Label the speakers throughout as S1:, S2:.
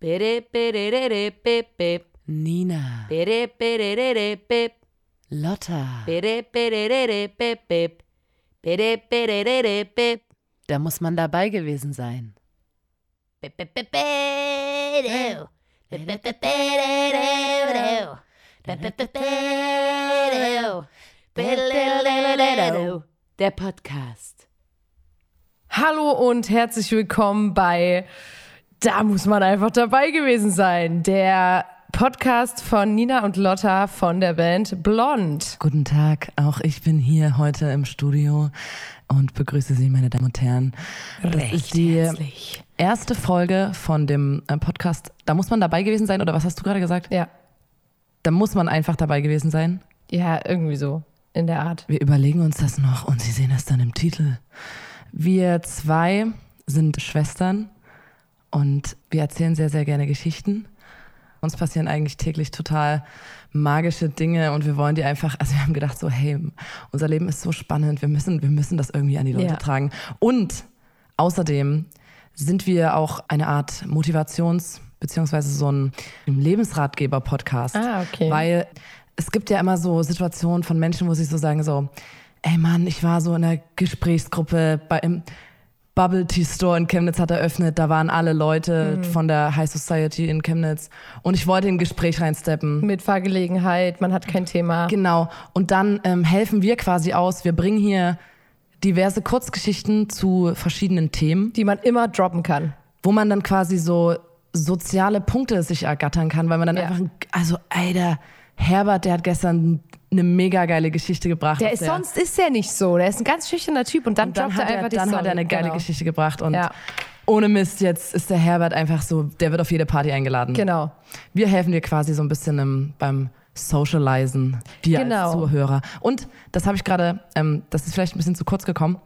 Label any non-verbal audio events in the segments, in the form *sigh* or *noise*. S1: Bere, bererere, bip, bip.
S2: Nina,
S1: Bere, bererere, bip.
S2: Lotta.
S1: Bere, bererere, bip, bip. Bere, bererere, bip.
S2: Da muss man dabei gewesen sein.
S1: Bip, bip, bip, bereu. Bip, bip, bip, berereu. Bip, bip, bip, bereu. Berereu. Der Podcast.
S3: Hallo und herzlich willkommen bei Da muss man einfach dabei gewesen sein. Der Podcast von Nina und Lotta von der Band Blond.
S2: Guten Tag, auch ich bin hier heute im Studio und begrüße Sie, meine Damen und Herren. Das ist die
S3: herzlich.
S2: erste Folge von dem äh, Podcast. Da muss man dabei gewesen sein, oder was hast du gerade gesagt?
S3: Ja,
S2: Da muss man einfach dabei gewesen sein.
S3: ja, irgendwie so in der Art.
S2: Wir überlegen uns das noch und Sie sehen das dann im Titel. Wir zwei sind Schwestern und wir erzählen sehr, sehr gerne Geschichten. Uns passieren eigentlich täglich total magische Dinge und wir wollen die einfach, also wir haben gedacht so, hey, unser Leben ist so spannend, wir müssen, wir müssen das irgendwie an die Leute
S3: Ja.
S2: tragen. Und außerdem sind wir auch eine Art Motivations- beziehungsweise so ein Lebensratgeber-Podcast.
S3: Ah, okay.
S2: Weil es gibt ja immer so Situationen von Menschen, wo sie so sagen so, ey Mann, ich war so in einer Gesprächsgruppe bei, im Bubble Tea Store in Chemnitz hat eröffnet, da waren alle Leute
S3: Mhm.
S2: von der High Society in Chemnitz und ich wollte im Gespräch reinsteppen.
S3: Mit Fahrgelegenheit, man hat kein Thema.
S2: Genau. Und dann ähm, helfen wir quasi aus. Wir bringen hier diverse Kurzgeschichten zu verschiedenen Themen,
S3: Die man immer droppen kann.
S2: wo man dann quasi so soziale Punkte sich ergattern kann, weil man dann
S3: Ja.
S2: einfach, also Alter, Herbert, der hat gestern eine mega geile Geschichte gebracht.
S3: Der ist sonst ist er nicht so. Der ist ein ganz schüchterner Typ und dann,
S2: Und dann
S3: droppt er
S2: hat er,
S3: einfach die
S2: dann hat
S3: Song.
S2: er eine geile
S3: genau.
S2: Geschichte gebracht und
S3: Ja.
S2: ohne Mist, jetzt ist der Herbert einfach so, der wird auf jede Party eingeladen.
S3: Genau.
S2: Wir helfen dir quasi so ein bisschen im, beim Socializen, dir als
S3: Genau.
S2: Zuhörer. Und das habe ich gerade, ähm, das ist vielleicht ein bisschen zu kurz gekommen,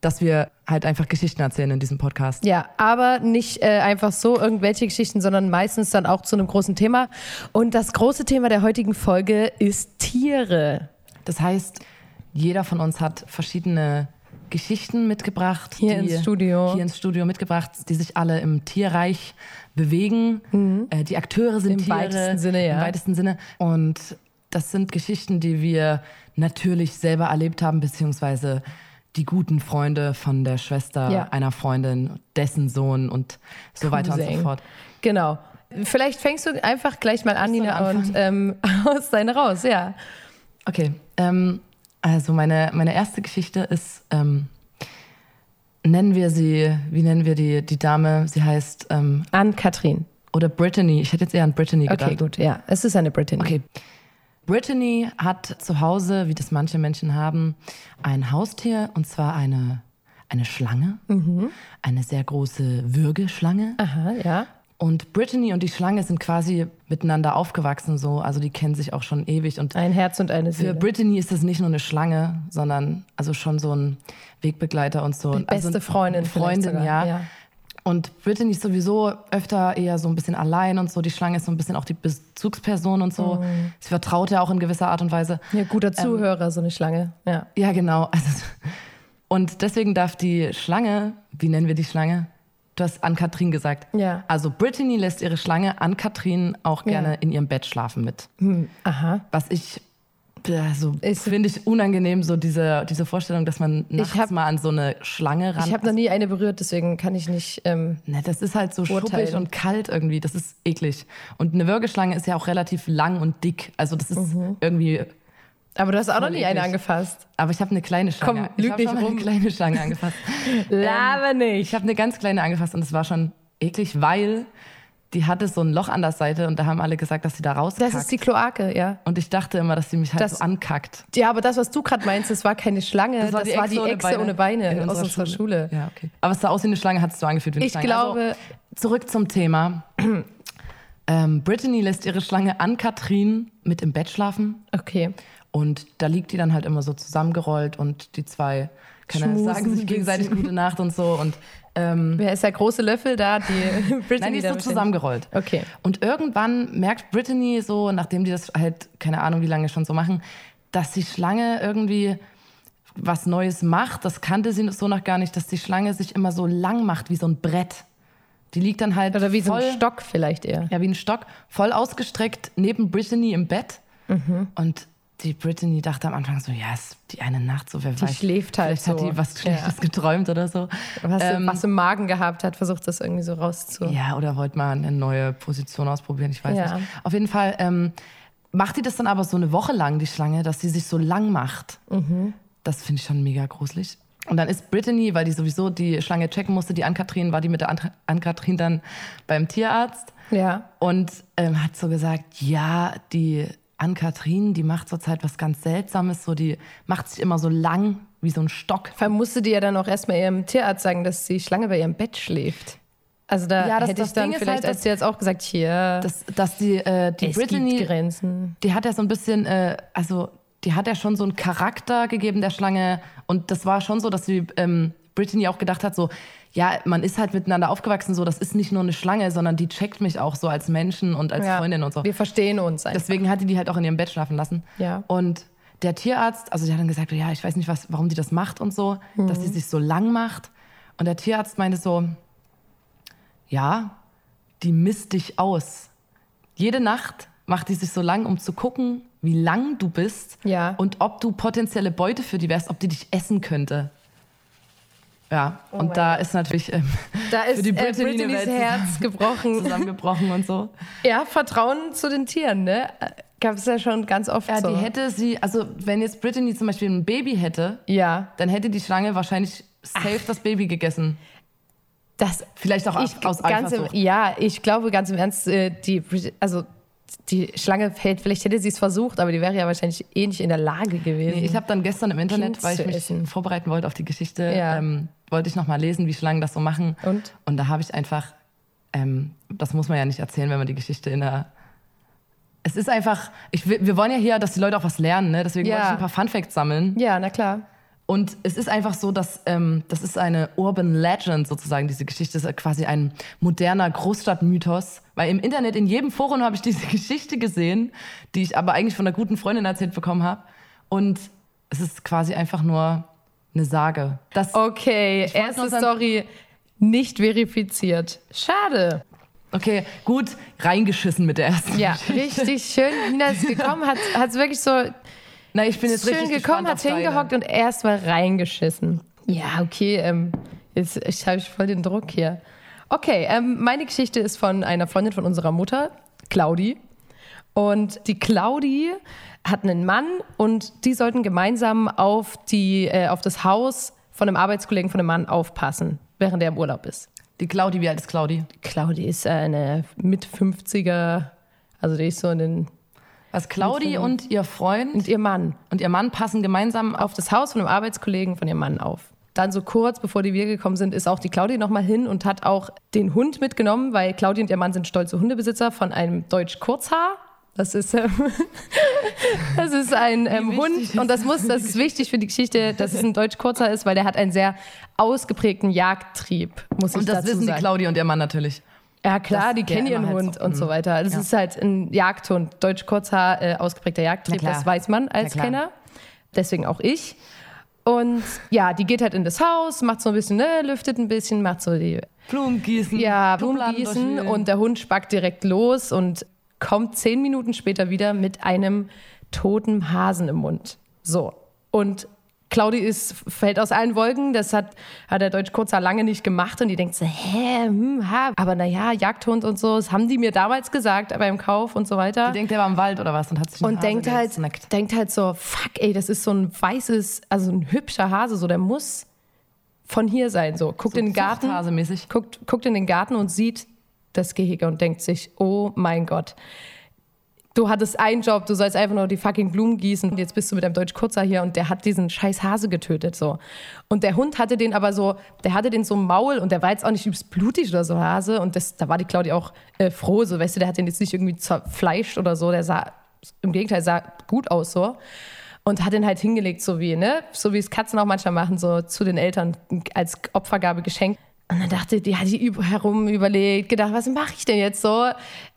S2: dass wir halt einfach Geschichten erzählen in diesem Podcast.
S3: Ja, aber nicht äh, einfach so irgendwelche Geschichten, sondern meistens dann auch zu einem großen Thema. Und das große Thema der heutigen Folge ist Tiere.
S2: Das heißt, jeder von uns hat verschiedene Geschichten mitgebracht.
S3: Hier ins Studio.
S2: Hier ins Studio mitgebracht, die sich alle im Tierreich bewegen. Äh, die Akteure sind
S3: Mhm. Im
S2: Tiere.
S3: weitesten Sinne, ja.
S2: Im weitesten Sinne. Und das sind Geschichten, die wir natürlich selber erlebt haben, beziehungsweise die guten Freunde von der Schwester
S3: Ja.
S2: einer Freundin, dessen Sohn und so weiter und so
S3: Cousin.
S2: fort.
S3: Genau. Vielleicht fängst du einfach gleich mal an,
S2: du
S3: Nina,
S2: anfangen?
S3: und ähm, *laughs* aus deine raus, ja.
S2: Okay, ähm, also meine, meine erste Geschichte ist, ähm, nennen wir sie, wie nennen wir die, die Dame? Sie heißt, ähm,
S3: An Katrin.
S2: oder Brittany, ich hätte jetzt eher an Brittany
S3: Okay,
S2: gedacht.
S3: gut, ja. Es ist eine Britin.
S2: Okay. Brittany hat zu Hause, wie das manche Menschen haben, ein Haustier und zwar eine, eine Schlange, eine sehr große Würgeschlange.
S3: Aha, ja.
S2: Und Brittany und die Schlange sind quasi miteinander aufgewachsen, so, also die kennen sich auch schon ewig und
S3: Ein Herz und eine
S2: Für
S3: Seele.
S2: Äh, Brittany ist das nicht nur eine Schlange, sondern also schon so ein Wegbegleiter und so. also
S3: Beste Freundin. vielleicht
S2: Freundin,
S3: sogar,
S2: ja. Und Brittany ist sowieso öfter eher so ein bisschen allein und so. Die Schlange ist so ein bisschen auch die Bezugsperson und so.
S3: Mhm.
S2: Sie vertraut ja auch in gewisser Art und Weise.
S3: Ja,
S2: Ähm,
S3: guter Zuhörer, so eine Schlange. Ja.
S2: Ja, genau. Also, und deswegen darf die Schlange, wie nennen wir die Schlange? Du hast an Katrin gesagt.
S3: Ja.
S2: Also Brittany lässt ihre Schlange an Katrin auch gerne
S3: Ja.
S2: in ihrem Bett schlafen mit.
S3: Aha.
S2: was ich also
S3: Ist-
S2: finde ich unangenehm so diese, diese Vorstellung, dass man nachts
S3: hab-
S2: mal an so eine Schlange ran.
S3: Ich habe noch nie eine berührt, deswegen kann ich nicht. Ähm,
S2: Ne, das ist halt so schuppig
S3: Urteilen.
S2: und kalt irgendwie. Das ist eklig. Und eine Würgeschlange ist ja auch relativ lang und dick. Also das ist
S3: Mhm.
S2: irgendwie.
S3: aber du hast auch noch nie eine
S2: eklig.
S3: angefasst.
S2: Aber ich habe eine kleine Schlange.
S3: Komm,
S2: ich
S3: lüg
S2: hab
S3: nicht
S2: schon mal
S3: rum.
S2: eine kleine Schlange angefasst.
S3: Laber
S2: Ich
S3: nicht.
S2: habe eine ganz kleine angefasst und es war schon eklig, weil die hatte so ein Loch an der Seite und da haben alle gesagt, dass sie da
S3: Das
S2: rauskackt.
S3: ist die Kloake, ja.
S2: und ich dachte immer, dass sie mich halt so
S3: Das-
S2: ankackt.
S3: Ja, aber das, was du gerade meinst, das war keine Schlange, das war die, Echse, ohne Beine, Äh,
S2: in
S3: aus unserer Schule.
S2: Ja, okay. Aber es sah aus wie eine Schlange, hat es so angefühlt wie eine
S3: Ich
S2: Schlange.
S3: glaube-
S2: Also, zurück zum Thema. *clears throat* ähm, Brittany lässt ihre Schlange an Katrin mit im Bett schlafen.
S3: Okay.
S2: Und da liegt die dann halt immer so zusammengerollt und die zwei keine Ahnung,
S3: Schmusen
S2: sagen sich
S3: ein
S2: gegenseitig gute Nacht und so. Und ähm,
S3: Wer ist der große Löffel
S2: *laughs*
S3: da? Die Brittany
S2: nein, die ist
S3: da
S2: so
S3: wahrscheinlich.
S2: zusammengerollt.
S3: Okay.
S2: Und irgendwann merkt Brittany so, nachdem die das halt, keine Ahnung, wie lange schon so machen, dass die Schlange irgendwie was Neues macht. Das kannte sie so noch gar nicht, dass die Schlange sich immer so lang macht wie so ein Brett. Die liegt dann halt
S3: Oder wie so
S2: voll,
S3: ein Stock vielleicht eher.
S2: ja wie ein Stock, voll ausgestreckt neben Brittany im Bett.
S3: Mhm.
S2: Und die Brittany dachte am Anfang so, ja, ist die eine Nacht so, wer
S3: Die
S2: weiß.
S3: schläft halt
S2: vielleicht
S3: so.
S2: hat die was Schlechtes geträumt oder so.
S3: Was,
S2: Ähm,
S3: was im Magen gehabt hat, versucht das irgendwie so rauszu.
S2: Ja, oder wollte mal eine neue Position ausprobieren, ich weiß
S3: Ja.
S2: nicht. Auf jeden Fall ähm, macht die das dann aber so eine Woche lang, die Schlange, dass sie sich so lang macht.
S3: Mhm.
S2: Das finde ich schon mega gruselig. Und dann ist Brittany, weil die sowieso die Schlange checken musste, die Ann-Kathrin, war die mit der An- Ann-Kathrin dann beim Tierarzt
S3: Ja.
S2: und ähm, hat so gesagt, ja, die Ann-Kathrin, die macht zurzeit was ganz Seltsames, so die macht sich immer so lang wie so ein Stock.
S3: Vor allem musste die ja dann auch erstmal ihrem Tierarzt sagen, dass die Schlange bei ihrem Bett schläft. Also da
S2: Ja, das-
S3: hätte
S2: das
S3: ich dann
S2: Ding ist
S3: vielleicht
S2: halt,
S3: als Tierarzt auch gesagt, hier,
S2: Dass, dass die, äh, die
S3: es
S2: Brittany
S3: gibt Grenzen.
S2: die hat ja so ein bisschen, äh, also die hat ja schon so einen Charakter gegeben der Schlange. Und das war schon so, dass die ähm, Brittany auch gedacht hat, so, ja, man ist halt miteinander aufgewachsen, so, das ist nicht nur eine Schlange, sondern die checkt mich auch so als Menschen und als
S3: Ja.
S2: Freundin und so.
S3: Wir verstehen uns einfach.
S2: Deswegen hat die die halt auch in ihrem Bett schlafen lassen.
S3: Ja.
S2: Und der Tierarzt, also der hat dann gesagt, ja, ich weiß nicht, was, warum die das macht und so, dass die sich so lang macht. Und der Tierarzt meinte so, ja, die misst dich aus. Jede Nacht macht die sich so lang, um zu gucken, wie lang du bist
S3: Ja.
S2: und ob du potenzielle Beute für die wärst, ob die dich essen könnte. Ja, und
S3: mein
S2: da ist natürlich ähm, *laughs*
S3: da ist
S2: die
S3: äh,
S2: Brittany eine
S3: Brittany's
S2: Welt *laughs*
S3: Herz gebrochen.
S2: zusammengebrochen und so.
S3: Ja, Vertrauen zu den Tieren, ne? Gab es ja schon ganz oft
S2: Ja,
S3: so.
S2: die hätte sie, also wenn jetzt Brittany zum Beispiel ein Baby hätte,
S3: ja,
S2: dann hätte die Schlange wahrscheinlich safe das Baby gegessen.
S3: das
S2: Vielleicht auch
S3: ich,
S2: aus
S3: ganz im,
S2: Eifersucht.
S3: Ja, ich glaube ganz im Ernst, äh, die, Brit- also die Schlange fällt, vielleicht hätte sie es versucht, aber die wäre ja wahrscheinlich eh nicht in der Lage gewesen.
S2: Nee, ich habe dann gestern im Internet,
S3: Kind
S2: weil
S3: zu
S2: ich mich
S3: essen.
S2: vorbereiten wollte auf die Geschichte,
S3: Ja.
S2: ähm, wollte ich nochmal lesen, wie Schlangen das so machen.
S3: Und?
S2: Und da habe ich einfach, ähm, das muss man ja nicht erzählen, wenn man die Geschichte in der... Es ist einfach, ich, will- wir wollen ja hier, dass die Leute auch was lernen, ne? deswegen
S3: Ja.
S2: wollte ich ein paar Funfacts sammeln.
S3: ja, na klar.
S2: Und es ist einfach so, dass ähm, das ist eine Urban Legend sozusagen, diese Geschichte ist quasi ein moderner Großstadtmythos. Weil im Internet, in jedem Forum habe ich diese *laughs* Geschichte gesehen, die ich aber eigentlich von einer guten Freundin erzählt bekommen habe. Und es ist quasi einfach nur eine Sage. Das,
S3: Okay,
S2: wollte
S3: erste
S2: nur sagen-
S3: Story nicht verifiziert. Schade.
S2: okay, gut, reingeschissen mit der ersten.
S3: Ja, richtig schön. Nina ist gekommen, hat es wirklich so
S2: Na, ich bin jetzt
S3: schön
S2: richtig
S3: gekommen,
S2: gespannt
S3: hat
S2: auf deine.
S3: hingehockt und erstmal reingeschissen. Ja, okay. Ähm, jetzt ich habe ich voll den Druck hier. Okay, ähm, meine Geschichte ist von einer Freundin von unserer Mutter, Claudi. Und die Claudi hat einen Mann und die sollten gemeinsam auf, die, äh, auf das Haus von einem Arbeitskollegen von einem Mann aufpassen, während er im Urlaub ist.
S2: Die Claudi, wie alt ist Claudi?
S3: Claudi ist äh, eine mit 50er, also die ist so in den,
S2: Was Also Claudi und ihr Freund
S3: und ihr Mann
S2: und ihr Mann passen gemeinsam auf
S3: auf das Haus von einem Arbeitskollegen von ihrem Mann auf. Dann so kurz bevor die wir gekommen sind, ist auch die Claudi nochmal hin und hat auch den Hund mitgenommen, weil Claudi und ihr Mann sind stolze Hundebesitzer von einem Deutsch Kurzhaar. Das ist, ähm, *laughs* das ist ein ähm, Hund und das muss, das ist wichtig für die Geschichte, dass es ein Deutsch Kurzhaar ist, weil der hat einen sehr ausgeprägten Jagdtrieb, muss ich
S2: und das
S3: dazu
S2: wissen die
S3: sagen.
S2: Claudi und ihr Mann natürlich.
S3: Ja, klar,
S2: Das-
S3: die
S2: der
S3: kennen
S2: immer
S3: ihren
S2: halt
S3: Hund
S2: so,
S3: und so weiter. Das
S2: ja.
S3: ist halt ein Jagdhund. Deutsch Kurzhaar, äh, ausgeprägter Jagdtrieb,
S2: Na klar.
S3: das weiß man als
S2: Na klar.
S3: Kenner. Deswegen auch ich. Und ja, die geht halt in das Haus, macht so ein bisschen, ne, lüftet ein bisschen, macht so die
S2: Blumengießen.
S3: ja,
S2: Blumenladen
S3: Blumengießen
S2: durchwühlen.
S3: und der Hund spackt direkt los und kommt zehn Minuten später wieder mit einem toten Hasen im Mund. So. Und Claudi ist, fällt aus allen Wolken. Das hat, hat der Deutsch Kurzer lange nicht gemacht und die denkt so, hä, hm, ha. Aber naja, Jagdhund und so, das haben die mir damals gesagt beim Kauf und so weiter.
S2: Die denkt, der war im Wald oder was und hat sich einen
S3: Und
S2: Hase
S3: denkt halt,
S2: gesnackt.
S3: denkt halt so, fuck, ey, das ist so ein weißes, also ein hübscher Hase, so der muss von hier sein. So, guckt in den Garten
S2: Zuchthasemäßig.
S3: guckt, guckt in den Garten und sieht das Gehege und denkt sich, oh mein Gott, du hattest einen Job, du sollst einfach nur die fucking Blumen gießen und jetzt bist du mit deinem Deutsch Kurzer hier und der hat diesen scheiß Hase getötet so. Und der Hund hatte den aber so, der hatte den so im Maul und der war jetzt auch nicht übelst blutig oder so Hase und das, da war die Claudia auch äh, froh, so weißt du, der hat den jetzt nicht irgendwie zerfleischt oder so, der sah im Gegenteil sah gut aus so und hat den halt hingelegt, so wie, ne? So wie es Katzen auch manchmal machen, so zu den Eltern als Opfergabe geschenkt. Und dann dachte die, hat die üb- herum überlegt, gedacht, was mache ich denn jetzt so?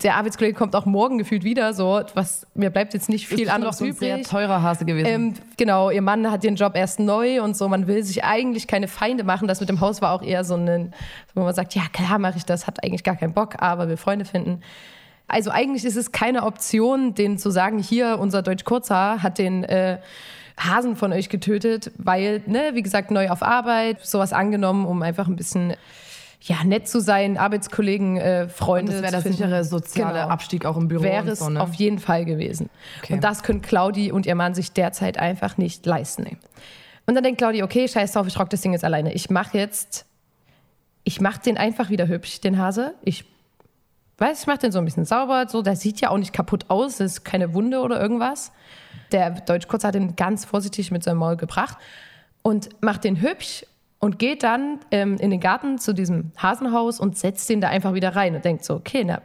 S3: Der Arbeitskollege kommt auch morgen gefühlt wieder, so, was, mir bleibt jetzt nicht viel anderes
S2: ein sehr
S3: übrig.
S2: teurer Hase gewesen.
S3: Ähm, genau, ihr Mann hat den Job erst neu und so, man will sich eigentlich keine Feinde machen. Das mit dem Haus war auch eher so ein, wo man sagt, ja klar mache ich das, hat eigentlich gar keinen Bock, aber wir Freunde finden. Also eigentlich ist es keine Option, denen zu sagen, hier, unser Deutsch Kurzhaar hat den äh, Hasen von euch getötet, weil, ne, wie gesagt, neu auf Arbeit, sowas angenommen, um einfach ein bisschen ja, nett zu sein, Arbeitskollegen, äh, Freunde.
S2: das wäre
S3: zu
S2: der
S3: finden.
S2: sichere soziale
S3: Genau
S2: Abstieg auch im Büro.
S3: wäre
S2: und
S3: es
S2: so, ne?
S3: auf jeden Fall gewesen.
S2: Okay.
S3: Und das können Claudi und ihr Mann sich derzeit einfach nicht leisten. Und dann denkt Claudi, okay, scheiß drauf, ich rock das Ding jetzt alleine. Ich mache jetzt, ich mache den einfach wieder hübsch, den Hase. Ich weiß, ich mache den so ein bisschen sauber, so, der sieht ja auch nicht kaputt aus, es ist keine Wunde oder irgendwas. Der Deutschkurz hat ihn ganz vorsichtig mit seinem Maul gebracht und macht den hübsch und geht dann ähm, in den Garten zu diesem Hasenhaus und setzt den da einfach wieder rein und denkt so, okay, na,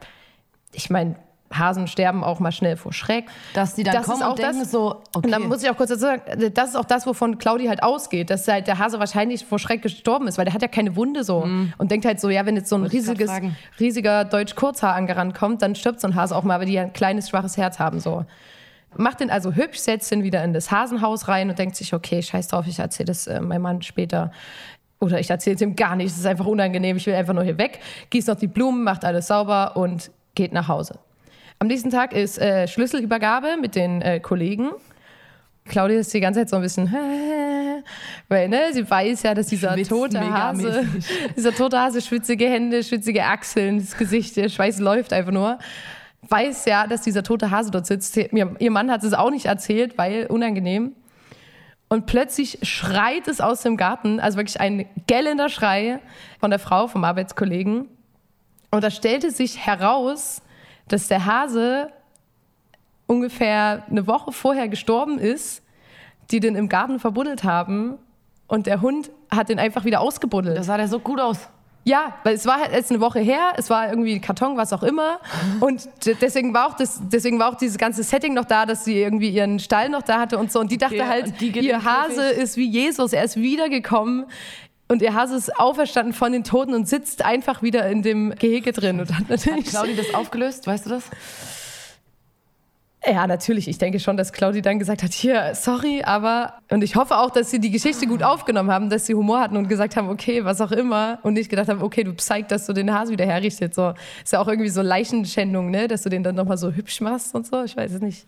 S3: ich meine, Hasen sterben auch mal schnell vor Schreck.
S2: dass die dann
S3: das ist
S2: kommen
S3: auch
S2: und denken
S3: das-
S2: so, okay.
S3: Und dann muss ich auch kurz dazu sagen, äh, das ist auch das, wovon Claudi halt ausgeht, dass halt der Hase wahrscheinlich vor Schreck gestorben ist, weil der hat ja keine Wunde so und denkt halt so, ja, wenn jetzt so ein
S2: Mhm. Wollte ich grad
S3: riesiges,
S2: fragen.
S3: riesiger deutsch Kurzhaar angerannt kommt, dann stirbt so ein Hase auch mal, weil die ja ein kleines, schwaches Herz haben so. Macht den also hübsch, setzt ihn wieder in das Hasenhaus rein und denkt sich, okay, scheiß drauf, ich erzähle das äh, meinem Mann später. Oder ich erzähle es ihm gar nicht, es ist einfach unangenehm, ich will einfach nur hier weg. Gießt noch die Blumen, macht alles sauber und geht nach Hause. Am nächsten Tag ist äh, Schlüsselübergabe mit den äh, Kollegen. Claudia ist die ganze Zeit so ein bisschen, *laughs* weil ne, sie weiß ja, dass dieser
S2: Schwitzt
S3: tote Hase, *laughs* dieser tote Hase, schwitzige Hände, schwitzige Achseln, das Gesicht, der Schweiß läuft einfach nur. Weiß ja, dass dieser tote Hase dort sitzt. Ihr ihr Mann hat es auch nicht erzählt, weil unangenehm. Und plötzlich schreit es aus dem Garten, also wirklich ein gellender Schrei von der Frau, vom Arbeitskollegen. Und da stellte sich heraus, dass der Hase ungefähr eine Woche vorher gestorben ist, die den im Garten verbuddelt haben. Und der Hund hat den einfach wieder ausgebuddelt.
S2: das sah der so gut
S3: *laughs*
S2: aus.
S3: Ja, weil es war halt jetzt eine Woche her, es war irgendwie Karton, was auch immer. Und d- deswegen war auch das, deswegen war auch dieses ganze Setting noch da, dass sie irgendwie ihren Stall noch da hatte und so. Und die dachte
S2: Okay,
S3: halt,
S2: und die geht in
S3: ihr
S2: den
S3: Hase ist wie Jesus, er ist wiedergekommen. Und ihr Hase ist auferstanden von den Toten und sitzt einfach wieder in dem Gehege drin. Und hat natürlich.
S2: Claudi das aufgelöst, weißt du das?
S3: Ja, natürlich. Ich denke schon, dass Claudi dann gesagt hat, hier, sorry, aber... Und ich hoffe auch, dass sie die Geschichte gut aufgenommen haben, dass sie Humor hatten und gesagt haben, okay, was auch immer. Und nicht gedacht haben, okay, du zeigst, dass du den Hasen wieder herrichtet. So, ist ja auch irgendwie so Leichenschändung, ne? Dass du den dann nochmal so hübsch machst und so. Ich weiß es nicht.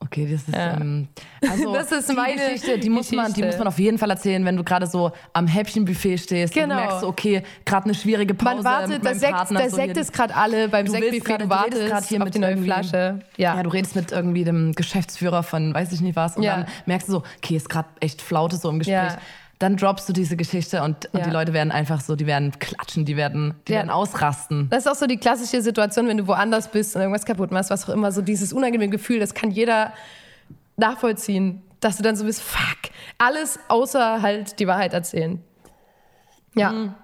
S2: Okay, das ist
S3: Ja.
S2: ähm, also
S3: *laughs* Das ist
S2: die
S3: meine
S2: Geschichte, die muss man, die
S3: Geschichte.
S2: muss man auf jeden Fall erzählen, wenn du gerade so am Häppchenbuffet stehst
S3: Genau.
S2: und du merkst, so, okay, gerade eine schwierige Pause. mit
S3: Man wartet, der
S2: meinem
S3: Sekt,
S2: Partner,
S3: der
S2: so
S3: Sekt
S2: hier-
S3: ist gerade alle. Beim
S2: Du willst gerade-
S3: Sektbuffet, du
S2: du redest
S3: wartest
S2: gerade hier
S3: auf
S2: mit
S3: die neue
S2: irgendwie-
S3: Flasche.
S2: Ja, du redest mit irgendwie dem Geschäftsführer von, weiß ich nicht was, und
S3: Ja.
S2: dann merkst du so, okay, ist gerade echt Flaute so im Gespräch.
S3: Ja.
S2: Dann droppst du diese Geschichte und, und
S3: Ja.
S2: die Leute werden einfach so, die werden klatschen, die werden, die
S3: Ja.
S2: werden ausrasten.
S3: Das ist auch so die klassische Situation, wenn du woanders bist und irgendwas kaputt machst, was auch immer, so dieses unangenehme Gefühl, das kann jeder nachvollziehen, dass du dann so bist, fuck, alles außer halt die Wahrheit erzählen. Ja,
S2: Mhm.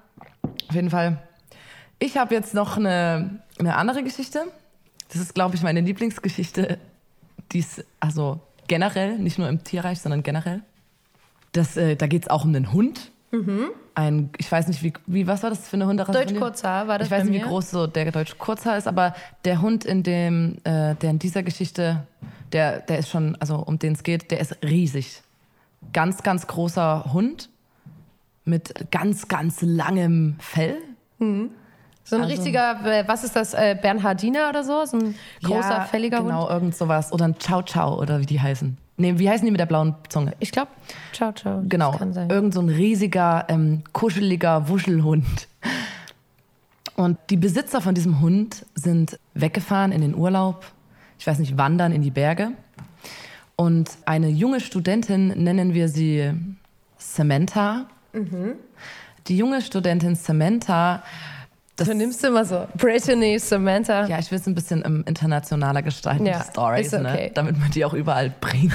S2: Auf jeden Fall. Ich habe jetzt noch eine, eine andere Geschichte. Das ist, glaube ich, meine Lieblingsgeschichte. Die ist, also generell, nicht nur im Tierreich, sondern generell. Das, äh, da geht es auch um einen Hund.
S3: Mhm.
S2: Ein, ich weiß nicht, wie, wie, was war das für eine Hunderasse?
S3: Deutsch Kurzhaar war das
S2: Ich weiß
S3: bei
S2: nicht, wie
S3: mir.
S2: groß so der deutsche Kurzhaar ist, aber der Hund, in dem, äh, der in dieser Geschichte, der, der ist schon, also um den es geht, der ist riesig. Ganz, ganz großer Hund mit ganz, ganz langem Fell.
S3: so ein
S2: Also-
S3: richtiger, äh, was ist das, äh, Bernhardiner oder so? So ein großer,
S2: Ja,
S3: fälliger
S2: genau,
S3: Hund.
S2: irgend sowas. Oder ein Ciao Ciao oder wie die heißen. Nee, wie heißen die mit der blauen Zunge?
S3: Ich glaube, ciao, ciao.
S2: Genau.
S3: Das kann sein.
S2: Irgend so ein riesiger, ähm, kuscheliger Wuschelhund. Und die Besitzer von diesem Hund sind weggefahren in den Urlaub. Ich weiß nicht, wandern in die Berge. Und eine junge Studentin, nennen wir sie Samantha.
S3: Mhm.
S2: Die junge Studentin Samantha, das,
S3: Du nimmst immer so Brittany, Samantha.
S2: ja, ich will es ein bisschen ähm, internationaler gestalten,
S3: Ja,
S2: die Stories,
S3: ist okay.
S2: ne? damit man die auch überall bringt.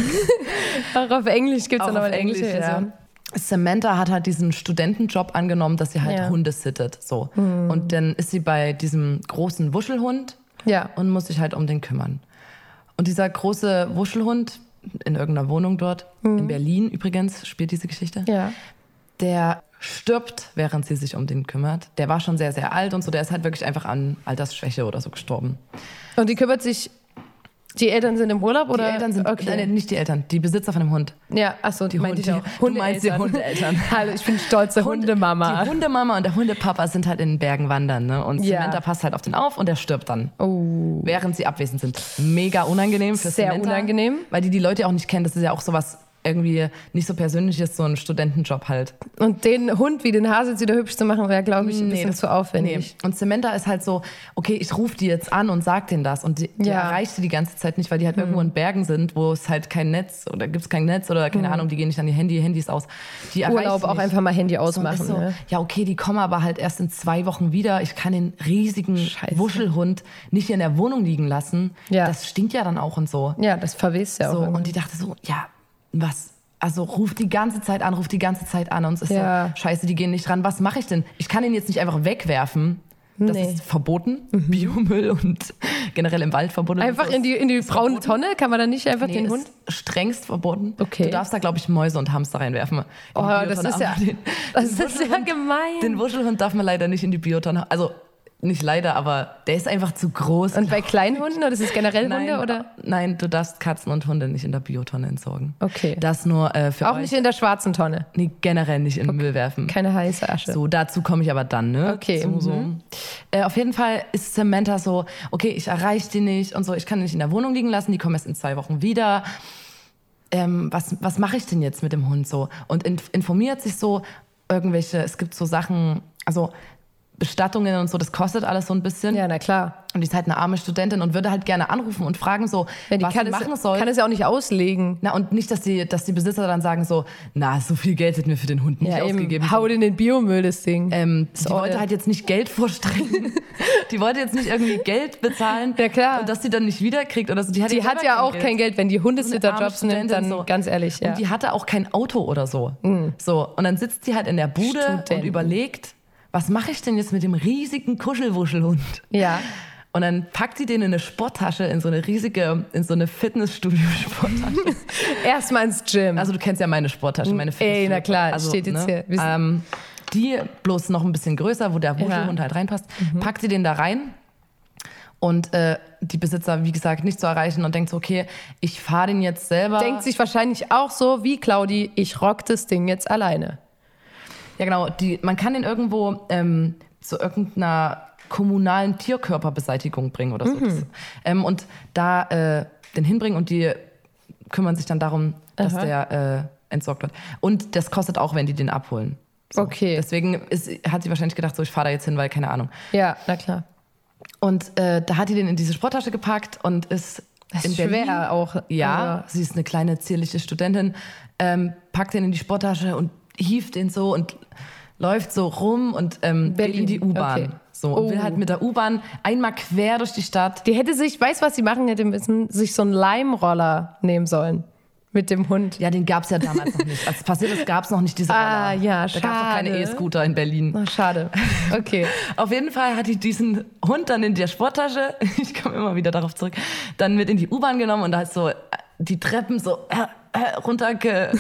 S3: Auch auf Englisch gibt es
S2: Auch
S3: dann noch
S2: auf
S3: eine englische
S2: Englisch, ja.
S3: Version.
S2: Samantha hat halt diesen Studentenjob angenommen, dass sie halt
S3: Ja. Hm.
S2: Hunde sittet. So. Und dann ist sie bei diesem großen Wuschelhund
S3: Ja.
S2: und muss sich halt um den kümmern. Und dieser große Wuschelhund
S3: Hm.
S2: in irgendeiner Wohnung dort, in Berlin übrigens, spielt diese Geschichte,
S3: Ja.
S2: der stirbt, während sie sich um den kümmert. Der war schon sehr, sehr alt und so, der ist halt wirklich einfach an Altersschwäche oder so gestorben.
S3: Und die kümmert sich. Die Eltern sind im Urlaub oder?
S2: Die Eltern sind,
S3: okay.
S2: nein, nicht die Eltern, die Besitzer von dem Hund.
S3: ja, achso, die meinte ich
S2: Hunde-
S3: auch.
S2: du meinst die
S3: Hundeeltern.
S2: Hundeeltern.
S3: *laughs* Hallo, ich bin stolze Hundemama.
S2: Die Hundemama und der Hundepapa sind halt in den Bergen wandern, ne? Und
S3: Ja. Oh.
S2: Samantha passt halt auf den auf und der stirbt dann. Während sie abwesend sind. Mega unangenehm für
S3: Sehr
S2: Samantha,
S3: unangenehm.
S2: Weil die die Leute auch nicht kennen. Das ist ja auch sowas irgendwie nicht so persönliches, so ein Studentenjob halt.
S3: Und den Hund wie den Hase jetzt wieder hübsch zu machen, wäre, glaube ich, ein bisschen zu aufwendig.
S2: Nee. Und Samantha ist halt so, okay, ich rufe die jetzt an und sag denen das. Und die, die
S3: Ja. Mhm.
S2: erreicht die die ganze Zeit nicht, weil die halt irgendwo in Bergen sind, wo es halt kein Netz oder gibt's kein Netz oder keine Ahnung, die gehen nicht an ihr Handy, Handy ist aus. Die erreicht
S3: Mhm. Urlaub
S2: sie
S3: auch
S2: nicht.
S3: einfach mal Handy
S2: So, und ist
S3: ausmachen.
S2: so,
S3: ne?
S2: Ja, okay, die kommen aber halt erst in zwei Wochen wieder. Ich kann den riesigen
S3: Scheiße.
S2: Wuschelhund nicht hier in der Wohnung liegen lassen.
S3: Ja.
S2: Das stinkt ja dann auch und so.
S3: Ja, das verwest ja
S2: So,
S3: auch.
S2: und die dachte so, ja, was? Also ruft die ganze Zeit an, ruft die ganze Zeit an und es ist
S3: Ja.
S2: so, scheiße, die gehen nicht ran. Was mache ich denn? Ich kann ihn jetzt nicht einfach wegwerfen. Das
S3: Nee. Mhm.
S2: ist verboten. Biomüll und *laughs* generell im Wald verboten.
S3: Einfach in die, in die braune Tonne? Kann man da nicht einfach
S2: Nee,
S3: den
S2: ist
S3: Hund?
S2: strengst verboten.
S3: Okay.
S2: Du darfst da, glaube ich, Mäuse und Hamster reinwerfen. In die
S3: Oh, das
S2: Biotonne,
S3: ist ja,
S2: aber den-
S3: *laughs* das
S2: den
S3: ist ja
S2: Wuschelhund-
S3: gemein.
S2: Den Wuschelhund darf man leider nicht in die Biotonne. Also nicht leider, aber der ist einfach zu groß.
S3: Und bei kleinen Hunden oder ist es generell
S2: nein,
S3: Hunde oder?
S2: Nein, du darfst Katzen und Hunde nicht in der Biotonne entsorgen.
S3: Okay.
S2: Das nur äh, für
S3: Auch
S2: euch.
S3: nicht in der schwarzen Tonne.
S2: Nee, generell nicht in den Müll werfen.
S3: Keine heiße Asche.
S2: So, dazu komme ich aber dann, ne?
S3: Okay, mhm.
S2: So, so. Äh, auf jeden Fall ist Samantha so, okay, ich erreiche die nicht und so, ich kann die nicht in der Wohnung liegen lassen, die kommen erst in zwei Wochen wieder. Ähm, was was mache ich denn jetzt mit dem Hund so? Und in, informiert sich so irgendwelche, es gibt so Sachen, also Bestattungen und so, das kostet alles so ein bisschen.
S3: Ja, na klar.
S2: Und die ist halt eine arme Studentin und würde halt gerne anrufen und fragen so,
S3: Ja, die
S2: was
S3: kann,
S2: sie machen
S3: es,
S2: soll.
S3: kann es ja auch nicht auslegen.
S2: Na, und nicht, dass die, dass die Besitzer dann sagen so, na, so viel Geld hätten wir für den Hund nicht
S3: Ja,
S2: ausgegeben.
S3: eben. Hau in den Biomüll, das Ding.
S2: Ähm, die
S3: eure-
S2: wollte halt jetzt nicht Geld vorstrecken. *laughs* die wollte jetzt nicht irgendwie Geld bezahlen.
S3: Ja, klar.
S2: Und dass sie dann nicht wiederkriegt oder so. Die hat,
S3: die
S2: selber
S3: hat ja auch kein Geld. Wenn die
S2: Arme
S3: Hundesitterjobs nimmt,
S2: Studentin
S3: dann
S2: so.
S3: ganz ehrlich, ja.
S2: Und die hatte auch kein Auto oder so.
S3: Mhm.
S2: So. Und dann sitzt die halt in der Bude und
S3: Studenten.
S2: überlegt, was mache ich denn jetzt mit dem riesigen Kuschelwuschelhund?
S3: ja.
S2: Und dann packt sie den in eine Sporttasche, in so eine riesige, in so eine Fitnessstudio-Sporttasche.
S3: Erstmal ins Gym.
S2: also du kennst ja meine Sporttasche, meine Fitnessstudio.
S3: Ey, na klar,
S2: also,
S3: steht jetzt hier. Wir sind-
S2: Ähm, die bloß noch ein bisschen größer, wo der Wuschelhund
S3: Ja. Mhm.
S2: halt reinpasst. Packt sie den da rein und äh, die Besitzer, wie gesagt, nicht zu erreichen und denkt so, okay, ich fahre den jetzt selber.
S3: Denkt sich wahrscheinlich auch so wie Claudi, ich rock das Ding jetzt alleine.
S2: Ja, genau. Die, man kann den irgendwo ähm, zu irgendeiner kommunalen Tierkörperbeseitigung bringen oder
S3: Mhm.
S2: so. Das, ähm, und da äh, den hinbringen und die kümmern sich dann darum, dass
S3: Aha.
S2: der äh, entsorgt wird. Und das kostet auch, wenn die den abholen.
S3: Okay.
S2: Deswegen ist, hat sie wahrscheinlich gedacht, so ich fahre da jetzt hin, weil keine Ahnung.
S3: ja, na klar.
S2: Und äh, da hat die den in diese Sporttasche gepackt und ist
S3: Das
S2: in
S3: ist
S2: Berlin.
S3: schwer auch.
S2: Ja,
S3: Also,
S2: sie ist eine kleine zierliche Studentin, ähm, packt den in die Sporttasche und hieft den so und läuft so rum und ähm, geht
S3: Berlin,
S2: in die U-Bahn.
S3: okay.
S2: So und will
S3: Oh.
S2: halt mit der U-Bahn einmal quer durch die Stadt.
S3: die hätte sich, weiß was sie machen hätte müssen, sich so einen Leimroller nehmen sollen mit dem Hund.
S2: Ja, den gab's ja damals noch nicht. Als es passiert ist, gab's noch nicht diese
S3: Ah,
S2: Roller.
S3: ja,
S2: Da gab's noch keine
S3: schade.
S2: E-Scooter in Berlin.
S3: Ach, schade.
S2: *laughs*
S3: Okay.
S2: Auf jeden Fall hat die diesen Hund dann in der Sporttasche, *laughs* ich komme immer wieder darauf zurück, dann mit in die U-Bahn genommen und da ist so äh, die Treppen so äh, äh,
S3: *laughs*
S2: runterge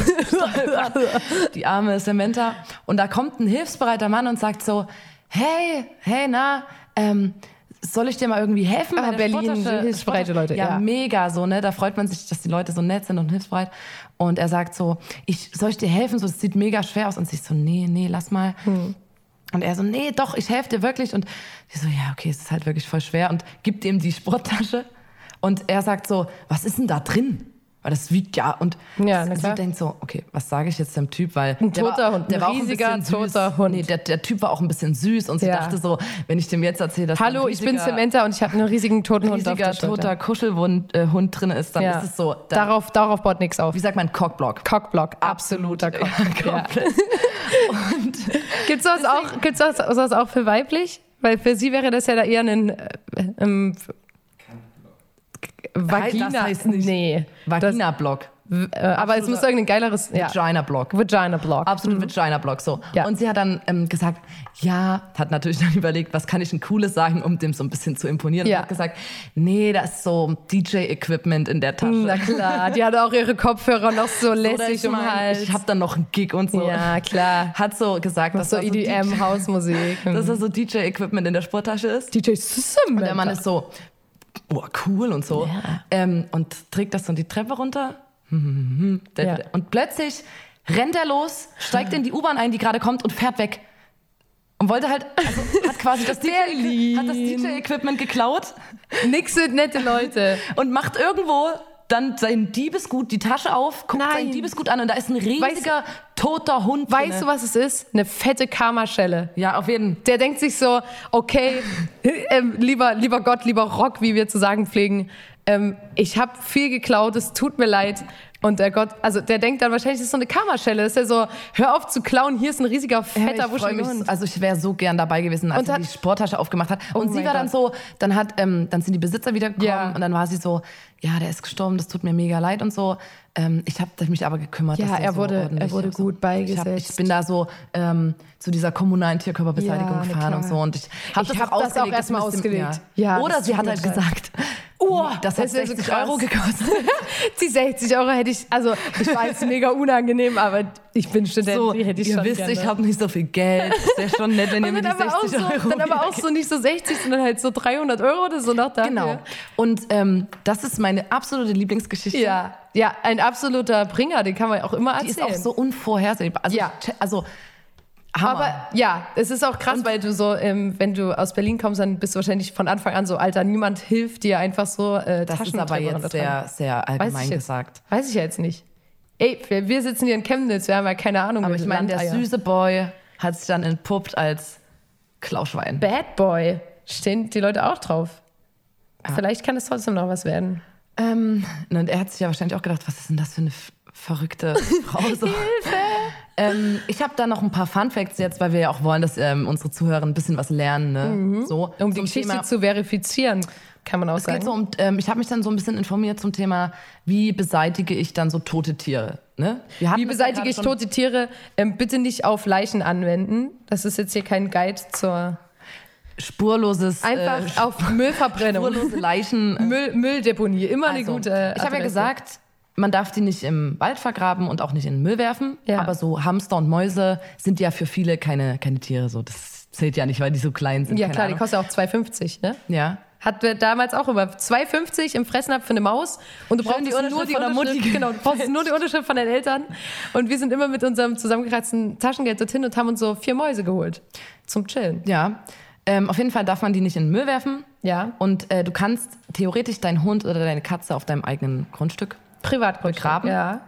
S2: die arme Samantha. Und da kommt ein hilfsbereiter Mann und sagt so, hey, hey, na, ähm, soll ich dir mal irgendwie helfen?
S3: Ah,
S2: bei der
S3: Berlin,
S2: Sporttasche-
S3: hilfsbereite
S2: Sporttasche?"
S3: Leute, ja.
S2: ja, mega so, ne? Da freut man sich, dass die Leute so nett sind und hilfsbereit. Und er sagt so, ich, soll ich dir helfen? So, das sieht mega schwer aus. Und sie so, nee, nee, lass mal.
S3: Hm.
S2: Und er so, nee, doch, ich helfe dir wirklich. Und sie so, ja, okay, es ist halt wirklich voll schwer. Und gibt ihm die Sporttasche. Und er sagt so, was ist denn da drin? Weil das wiegt ja. Und
S3: Ja, na
S2: sie
S3: klar.
S2: denkt so, okay, was sage ich jetzt dem Typ? Weil
S3: Ein
S2: der
S3: toter Hund, ein
S2: auch
S3: riesiger,
S2: bisschen süß.
S3: toter Hund.
S2: Nee, der, der Typ war auch ein bisschen süß. Und sie
S3: Ja.
S2: dachte so, wenn ich dem jetzt erzähle, dass da ein
S3: Hallo, ich bin
S2: riesiger-
S3: Samantha und ich habe einen riesigen toten Hund auf
S2: riesiger
S3: der Schulter.
S2: toter Kuschelhund äh, Hund drin ist, dann
S3: Ja.
S2: ist es so, da,
S3: darauf, darauf baut nichts auf.
S2: wie sagt man, Cockblock.
S3: Cockblock, absoluter Cockblock. Ja, Gibt's das auch, gibt's das, das auch für weiblich? Weil für sie wäre das ja da eher ein äh, ähm, Vagina.
S2: heißt nicht.
S3: Nee. Das-
S2: Vagina-Block.
S3: W- Äh, aber es muss irgendein geileres. Ja.
S2: Vagina-Block.
S3: Vagina-Block.
S2: Absolut Vagina-Block, so.
S3: Mhm. Ja.
S2: Und sie hat dann ähm, gesagt, ja, hat natürlich dann überlegt, was kann ich denn Cooles sagen, um dem so ein bisschen zu imponieren.
S3: Ja.
S2: Und hat gesagt, nee, da ist so DJ-Equipment in der Tasche.
S3: Na klar, die hat auch ihre Kopfhörer noch
S2: *laughs*
S3: so
S2: Oder
S3: lässig um den
S2: mein,
S3: Hals.
S2: Ich habe dann noch einen Gig und so. Äh,
S3: Ja, klar.
S2: Hat so gesagt, dass
S3: so E
S2: da so
S3: EDM, Hausmusik.
S2: DJ dass da so DJ-Equipment in der Sporttasche ist.
S3: DJ System.
S2: Und der Mann ist so, boah, cool und so.
S3: Ja.
S2: Ähm, und trägt das dann die Treppe runter.
S3: Ja.
S2: Und plötzlich rennt er los, steigt in die U-Bahn ein, die gerade kommt und fährt weg. Und wollte halt, also hat quasi
S3: *laughs*
S2: das DJ
S3: Berlin.
S2: hat das DJ-Equipment geklaut
S3: Nix sind nette Leute.
S2: und macht irgendwo dann sein Diebesgut, die Tasche auf, guckt
S3: Nein.
S2: sein Diebesgut an und da ist ein riesiger toter Hund.
S3: Weißt
S2: drinne.
S3: du, was es ist? Eine fette Karmaschelle.
S2: Ja, auf jeden.
S3: Der denkt sich so, okay, ähm, lieber, lieber Gott, lieber Rock, wie wir zu sagen pflegen, ähm, ich habe viel geklaut, es tut mir leid. Und der Gott, also der denkt dann wahrscheinlich, das ist so eine Karmaschelle. Das Ist ja so, hör auf zu klauen, hier ist ein riesiger, fetter,
S2: Ja, ich freu
S3: wuscheliger *laughs* Hund.
S2: mich, also ich wäre so gern dabei gewesen, als
S3: Und
S2: sie
S3: hat- Oh
S2: die Sporttasche aufgemacht hat. Und sie
S3: mein
S2: war dann so, dann hat, ähm, dann sind die Besitzer wiedergekommen
S3: Ja.
S2: und dann war sie so, ja, der ist gestorben, das tut mir mega leid und so. Ähm, ich habe mich aber gekümmert.
S3: Ja,
S2: dass der
S3: er
S2: so
S3: wurde- er
S2: ordentlich-
S3: wurde
S2: so,
S3: gut
S2: Ich, hab, ich
S3: beigesetzt.
S2: bin da so ähm, zu dieser kommunalen Tierkörperbeseitigung
S3: Ja, na
S2: gefahren und
S3: klar.
S2: so und ich habe
S3: Ich
S2: das,
S3: hab
S2: auch
S3: das auch
S2: ausgelegt. das
S3: erstmal
S2: müsste-
S3: ausgelegt.
S2: Ja.
S3: Ja,
S2: Oder
S3: das
S2: sie hat
S3: tut
S2: halt
S3: mir leid.
S2: gesagt, oh, das hat
S3: ist ja so
S2: 60
S3: krass.
S2: Euro gekostet.
S3: Die 60 Euro hätte ich, also ich weiß, mega unangenehm, aber ich bin Student,
S2: So,
S3: die hätte ich
S2: ihr
S3: schon
S2: wisst,
S3: gerne.
S2: ich habe nicht so viel Geld. Ist ja schon nett, wenn ihr
S3: Und
S2: mir die
S3: dann,
S2: 60
S3: aber auch,
S2: Euro
S3: so, dann aber auch so nicht so 60, sondern halt so 300 Euro oder so noch dafür.
S2: Genau. Und ähm, das ist meine absolute Lieblingsgeschichte.
S3: Ja, ja, ein absoluter Bringer, den kann man auch immer
S2: Die
S3: erzählen.
S2: ist auch so unvorhersehbar. Also,
S3: Ja.
S2: ich- also Hammer.
S3: aber ja, es ist auch krass, weil du so, ähm, wenn du aus Berlin kommst, dann bist du wahrscheinlich von Anfang an so, Alter, niemand hilft dir einfach so äh,
S2: das ist aber
S3: Taschentreppe
S2: jetzt sehr,
S3: runtertragen.
S2: sehr
S3: Weiß ich
S2: allgemein
S3: jetzt.
S2: gesagt.
S3: Weiß ich ja jetzt nicht. Ey, wir, wir sitzen hier in Chemnitz, wir haben ja keine Ahnung.
S2: Aber
S3: wie
S2: ich meine, der
S3: Landeier.
S2: süße Boy hat sich dann entpuppt als Klauschwein.
S3: Bad Boy stehen die Leute auch drauf.
S2: Ah.
S3: Vielleicht kann es trotzdem noch was werden.
S2: Ähm, und er hat sich ja wahrscheinlich auch gedacht, was ist denn das für eine f- *laughs* verrückte Frau? So. Hilfe! Ähm, ich habe da noch ein paar Fun Facts jetzt, weil wir ja auch wollen, dass ähm, unsere Zuhörer ein bisschen was lernen. Ne? So,
S3: Um die
S2: zum
S3: Geschichte
S2: Thema-
S3: zu verifizieren, kann man auch
S2: Es geht
S3: sagen.
S2: so um, ähm, ich habe mich dann so ein bisschen informiert zum Thema, wie beseitige ich dann so tote Tiere. Ne? Wir hatten
S3: Wie
S2: das ja
S3: beseitige
S2: gerade
S3: ich
S2: schon.
S3: tote Tiere? Ähm, bitte nicht auf Leichen anwenden. Das ist jetzt hier kein Guide zur.
S2: Spurloses, äh,
S3: Einfach auf Müllverbrennung.
S2: spurlose Leichen.
S3: *laughs*
S2: äh,
S3: Müll, Mülldeponie, immer eine
S2: also,
S3: gute.
S2: ich habe ja
S3: Adresse.
S2: gesagt, man darf die nicht im Wald vergraben und auch nicht in den Müll werfen.
S3: Ja.
S2: Aber so Hamster und Mäuse sind ja für viele keine, keine Tiere. So. Das zählt ja nicht, weil die so klein sind.
S3: Ja,
S2: keine
S3: klar, die
S2: Ahnung.
S3: kostet auch 2,50, ne?
S2: Ja.
S3: Hat wir damals auch über 2,50 im Fressnapf für eine Maus und du
S2: Schön
S3: brauchst
S2: die
S3: nur
S2: Unterschrift
S3: die
S2: von der Mutti
S3: Unterschrift, genau, du brauchst nur die Unterschrift von deinen Eltern und wir sind immer mit unserem zusammengekratzten Taschengeld dorthin und haben uns so vier Mäuse geholt zum Chillen.
S2: ja. Ähm, auf jeden Fall darf man die nicht in den Müll werfen.
S3: Ja.
S2: Und äh, du kannst theoretisch deinen Hund oder deine Katze auf deinem eigenen Grundstück
S3: Privatgrundstück.
S2: Begraben?
S3: Ja.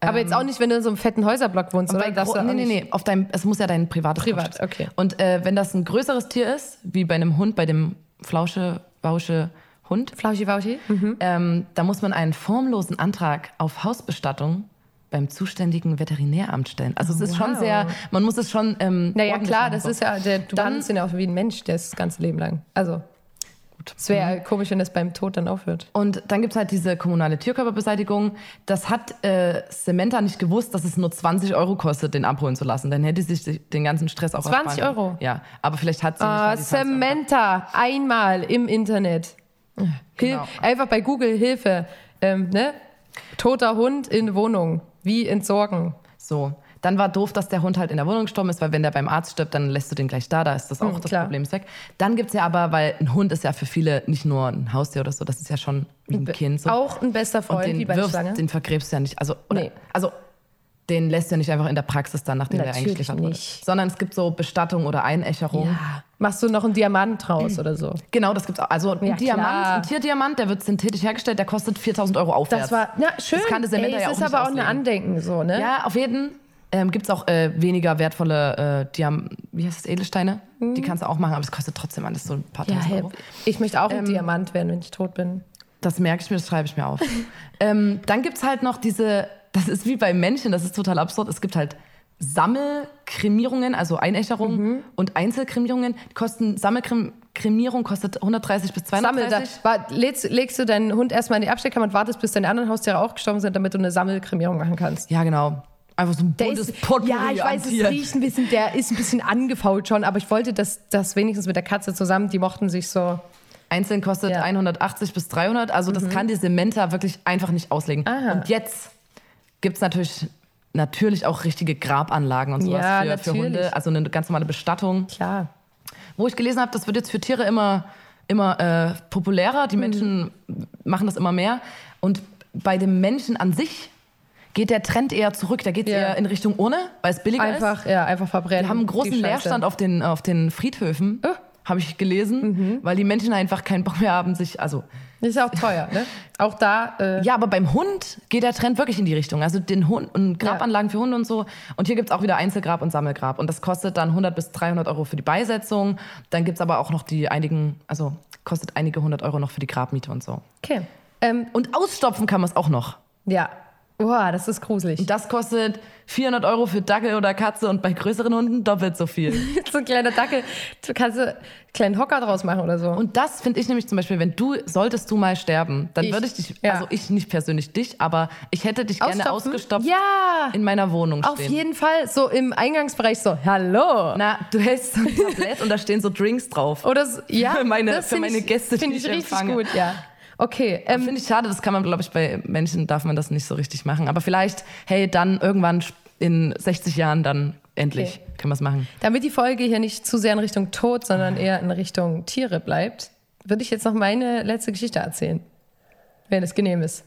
S3: Ähm. Aber jetzt auch nicht, wenn du in so einem fetten Häuserblock wohnst, oder?
S2: Bei
S3: Darfst du
S2: gro-
S3: auch
S2: nee, nee,
S3: nicht.
S2: nee, auf deinem, es muss ja dein privates
S3: Privat,
S2: Grundstück sein.
S3: okay.
S2: Und äh, wenn das ein größeres Tier ist, wie bei einem Hund, bei dem Flausche, Bausche Hund,
S3: Flauschi, Mhm. Wauschi?
S2: ähm, da muss man einen formlosen Antrag auf Hausbestattung beim zuständigen Veterinäramt stellen. Also es ist schon
S3: Wow.
S2: sehr, man muss es schon. Ähm,
S3: Naja,
S2: ordentlich
S3: klar,
S2: machen,
S3: das
S2: so.
S3: ist ja, der, du
S2: Dann-
S3: behandelst ihn ja auch wie ein Mensch, der ist das ganze Leben lang. Also, es wäre komisch, wenn das beim Tod dann aufhört.
S2: Und dann gibt es halt diese kommunale Tierkörperbeseitigung. Das hat äh, Samantha nicht gewusst, dass es nur 20 Euro kostet, den abholen zu lassen. Dann hätte sie sich den ganzen Stress auch
S3: 20
S2: ersparen können.
S3: Euro?
S2: Ja, aber vielleicht hat sie nicht mal
S3: Ah,
S2: die 20 Euro.
S3: Samantha, einmal im Internet. Hil-
S2: Genau.
S3: Einfach bei Google Hilfe. Ähm, ne? Toter Hund in Wohnung. Wie entsorgen?
S2: So. Dann war doof, dass der Hund halt in der Wohnung gestorben ist, weil wenn der beim Arzt stirbt, dann lässt du den gleich da, da ist das auch
S3: Mhm,
S2: das
S3: klar.
S2: Problem ist weg. Dann gibt's ja aber, weil ein Hund ist ja für viele nicht nur ein Haustier oder so, das ist ja schon wie ein Kind. So.
S3: Auch ein bester
S2: Und
S3: Freund,
S2: den,
S3: wie bei der
S2: wirfst,
S3: Schlange.
S2: den vergräbst du ja nicht. Also, oder,
S3: Nee.
S2: also den lässt du ja nicht einfach in der Praxis dann, nachdem der
S3: Natürlich
S2: eingeschläfert wurde.
S3: nicht.
S2: Sondern es gibt so Bestattung oder Einäscherung.
S3: Ja. Machst du noch einen Diamant draus oder so?
S2: Genau, das gibt's auch. Also ein
S3: Ja,
S2: Diamant,
S3: klar.
S2: ein Tierdiamant, der wird synthetisch hergestellt, der kostet 4000 Euro aufwärts.
S3: Das war, na schön.
S2: Das kann der Samantha
S3: Ey, es
S2: ja auch
S3: ist
S2: nicht
S3: aber auch ein
S2: auslegen.
S3: Andenken so, ne?
S2: Ja, auf jeden. Ähm, Gibt es auch äh, weniger wertvolle, äh, Diam wie heißt das, Edelsteine? Die kannst du auch machen, aber es kostet trotzdem alles so ein paar
S3: Mhm. Ja,
S2: tausend
S3: hey,
S2: Euro.
S3: ich möchte
S2: Ähm,
S3: auch ein Diamant werden, wenn ich tot bin.
S2: Das merke ich mir, das schreibe ich mir
S3: *laughs*
S2: auf. ähm, dann gibt es halt noch diese, das ist wie bei Menschen, das ist total absurd, es gibt halt Sammelkremierungen, also Einäscherungen
S3: Mhm.
S2: und Einzelkremierungen die kosten, Sammelkremierung kostet 130 bis
S3: Sammel
S2: 230.
S3: da. War, legst, legst du deinen Hund erstmal in die Abstellkammer und wartest, bis deine anderen Haustiere auch gestorben sind, damit du eine Sammelkremierung machen kannst.
S2: Ja, genau. Einfach so ein
S3: Der
S2: buntes
S3: ist-
S2: Potpourri
S3: ja, ich
S2: an
S3: weiß, es
S2: Tieren.
S3: riecht ein bisschen, der ist ein bisschen angefault schon, aber ich wollte, dass das wenigstens mit der Katze zusammen, die mochten sich so.
S2: Einzeln kostet
S3: Ja. Mhm.
S2: 180 bis 300. Also das kann die Sementa wirklich einfach nicht auslegen.
S3: Aha.
S2: Und jetzt gibt es natürlich, natürlich auch richtige Grabanlagen und sowas für,
S3: Ja,
S2: für
S3: natürlich.
S2: Hunde. Also eine ganz normale Bestattung.
S3: Klar.
S2: Wo ich gelesen habe, das wird jetzt für Tiere immer, immer äh, populärer.
S3: Mhm.
S2: Die Menschen machen das immer mehr. Und bei dem Menschen an sich geht der Trend eher zurück. Da geht es
S3: Ja.
S2: eher in Richtung Urne, weil es billiger ist.
S3: Einfach, ja, einfach verbrennen.
S2: Wir haben einen großen
S3: die Scheiße. Äh.
S2: Leerstand auf den, auf den Friedhöfen, habe ich gelesen,
S3: Mhm.
S2: weil die Menschen einfach keinen Bock mehr haben, sich. Also,
S3: Ist ja auch teuer, ne? Auch da, äh,
S2: ja, aber beim Hund geht der Trend wirklich in die Richtung. Also den Hund und Grabanlagen für Hunde und so. Und hier gibt es auch wieder Einzelgrab und Sammelgrab. Und das kostet dann 100 bis 300 Euro für die Beisetzung. Dann gibt es aber auch noch die einigen, also kostet einige hundert Euro noch für die Grabmiete und so.
S3: okay. Ähm,
S2: Und ausstopfen kann man es auch noch.
S3: ja. Boah, das ist gruselig.
S2: Und das kostet 400 Euro für Dackel oder Katze und bei größeren Hunden doppelt so viel.
S3: *laughs* so ein kleiner Dackel. Du kannst einen kleinen Hocker draus machen oder so.
S2: Und das finde ich nämlich zum Beispiel, wenn du, solltest du mal sterben, dann
S3: Ich,
S2: würde ich dich,
S3: ja.
S2: also ich nicht persönlich dich, aber ich hätte dich gerne
S3: Ausstopfen?
S2: ausgestopft
S3: Ja,
S2: in meiner Wohnung
S3: auf
S2: stehen.
S3: jeden Fall. So im Eingangsbereich so, hallo.
S2: Na, du hältst so ein Tablett und da stehen so Drinks drauf.
S3: Oder so, ja,
S2: Für meine-
S3: das
S2: für
S3: find
S2: meine
S3: ich-
S2: Gäste, die
S3: Finde
S2: ich
S3: ich richtig
S2: empfange.
S3: gut, ja. Okay, ähm,
S2: Finde ich schade, das kann man, glaube ich, bei Menschen darf man das nicht so richtig machen. Aber vielleicht, hey, dann irgendwann sp- in 60 Jahren dann endlich können wir es machen.
S3: damit die Folge hier nicht zu sehr in Richtung Tod, sondern eher in Richtung Tiere bleibt, würde ich jetzt noch meine letzte Geschichte erzählen. Wenn es genehm ist.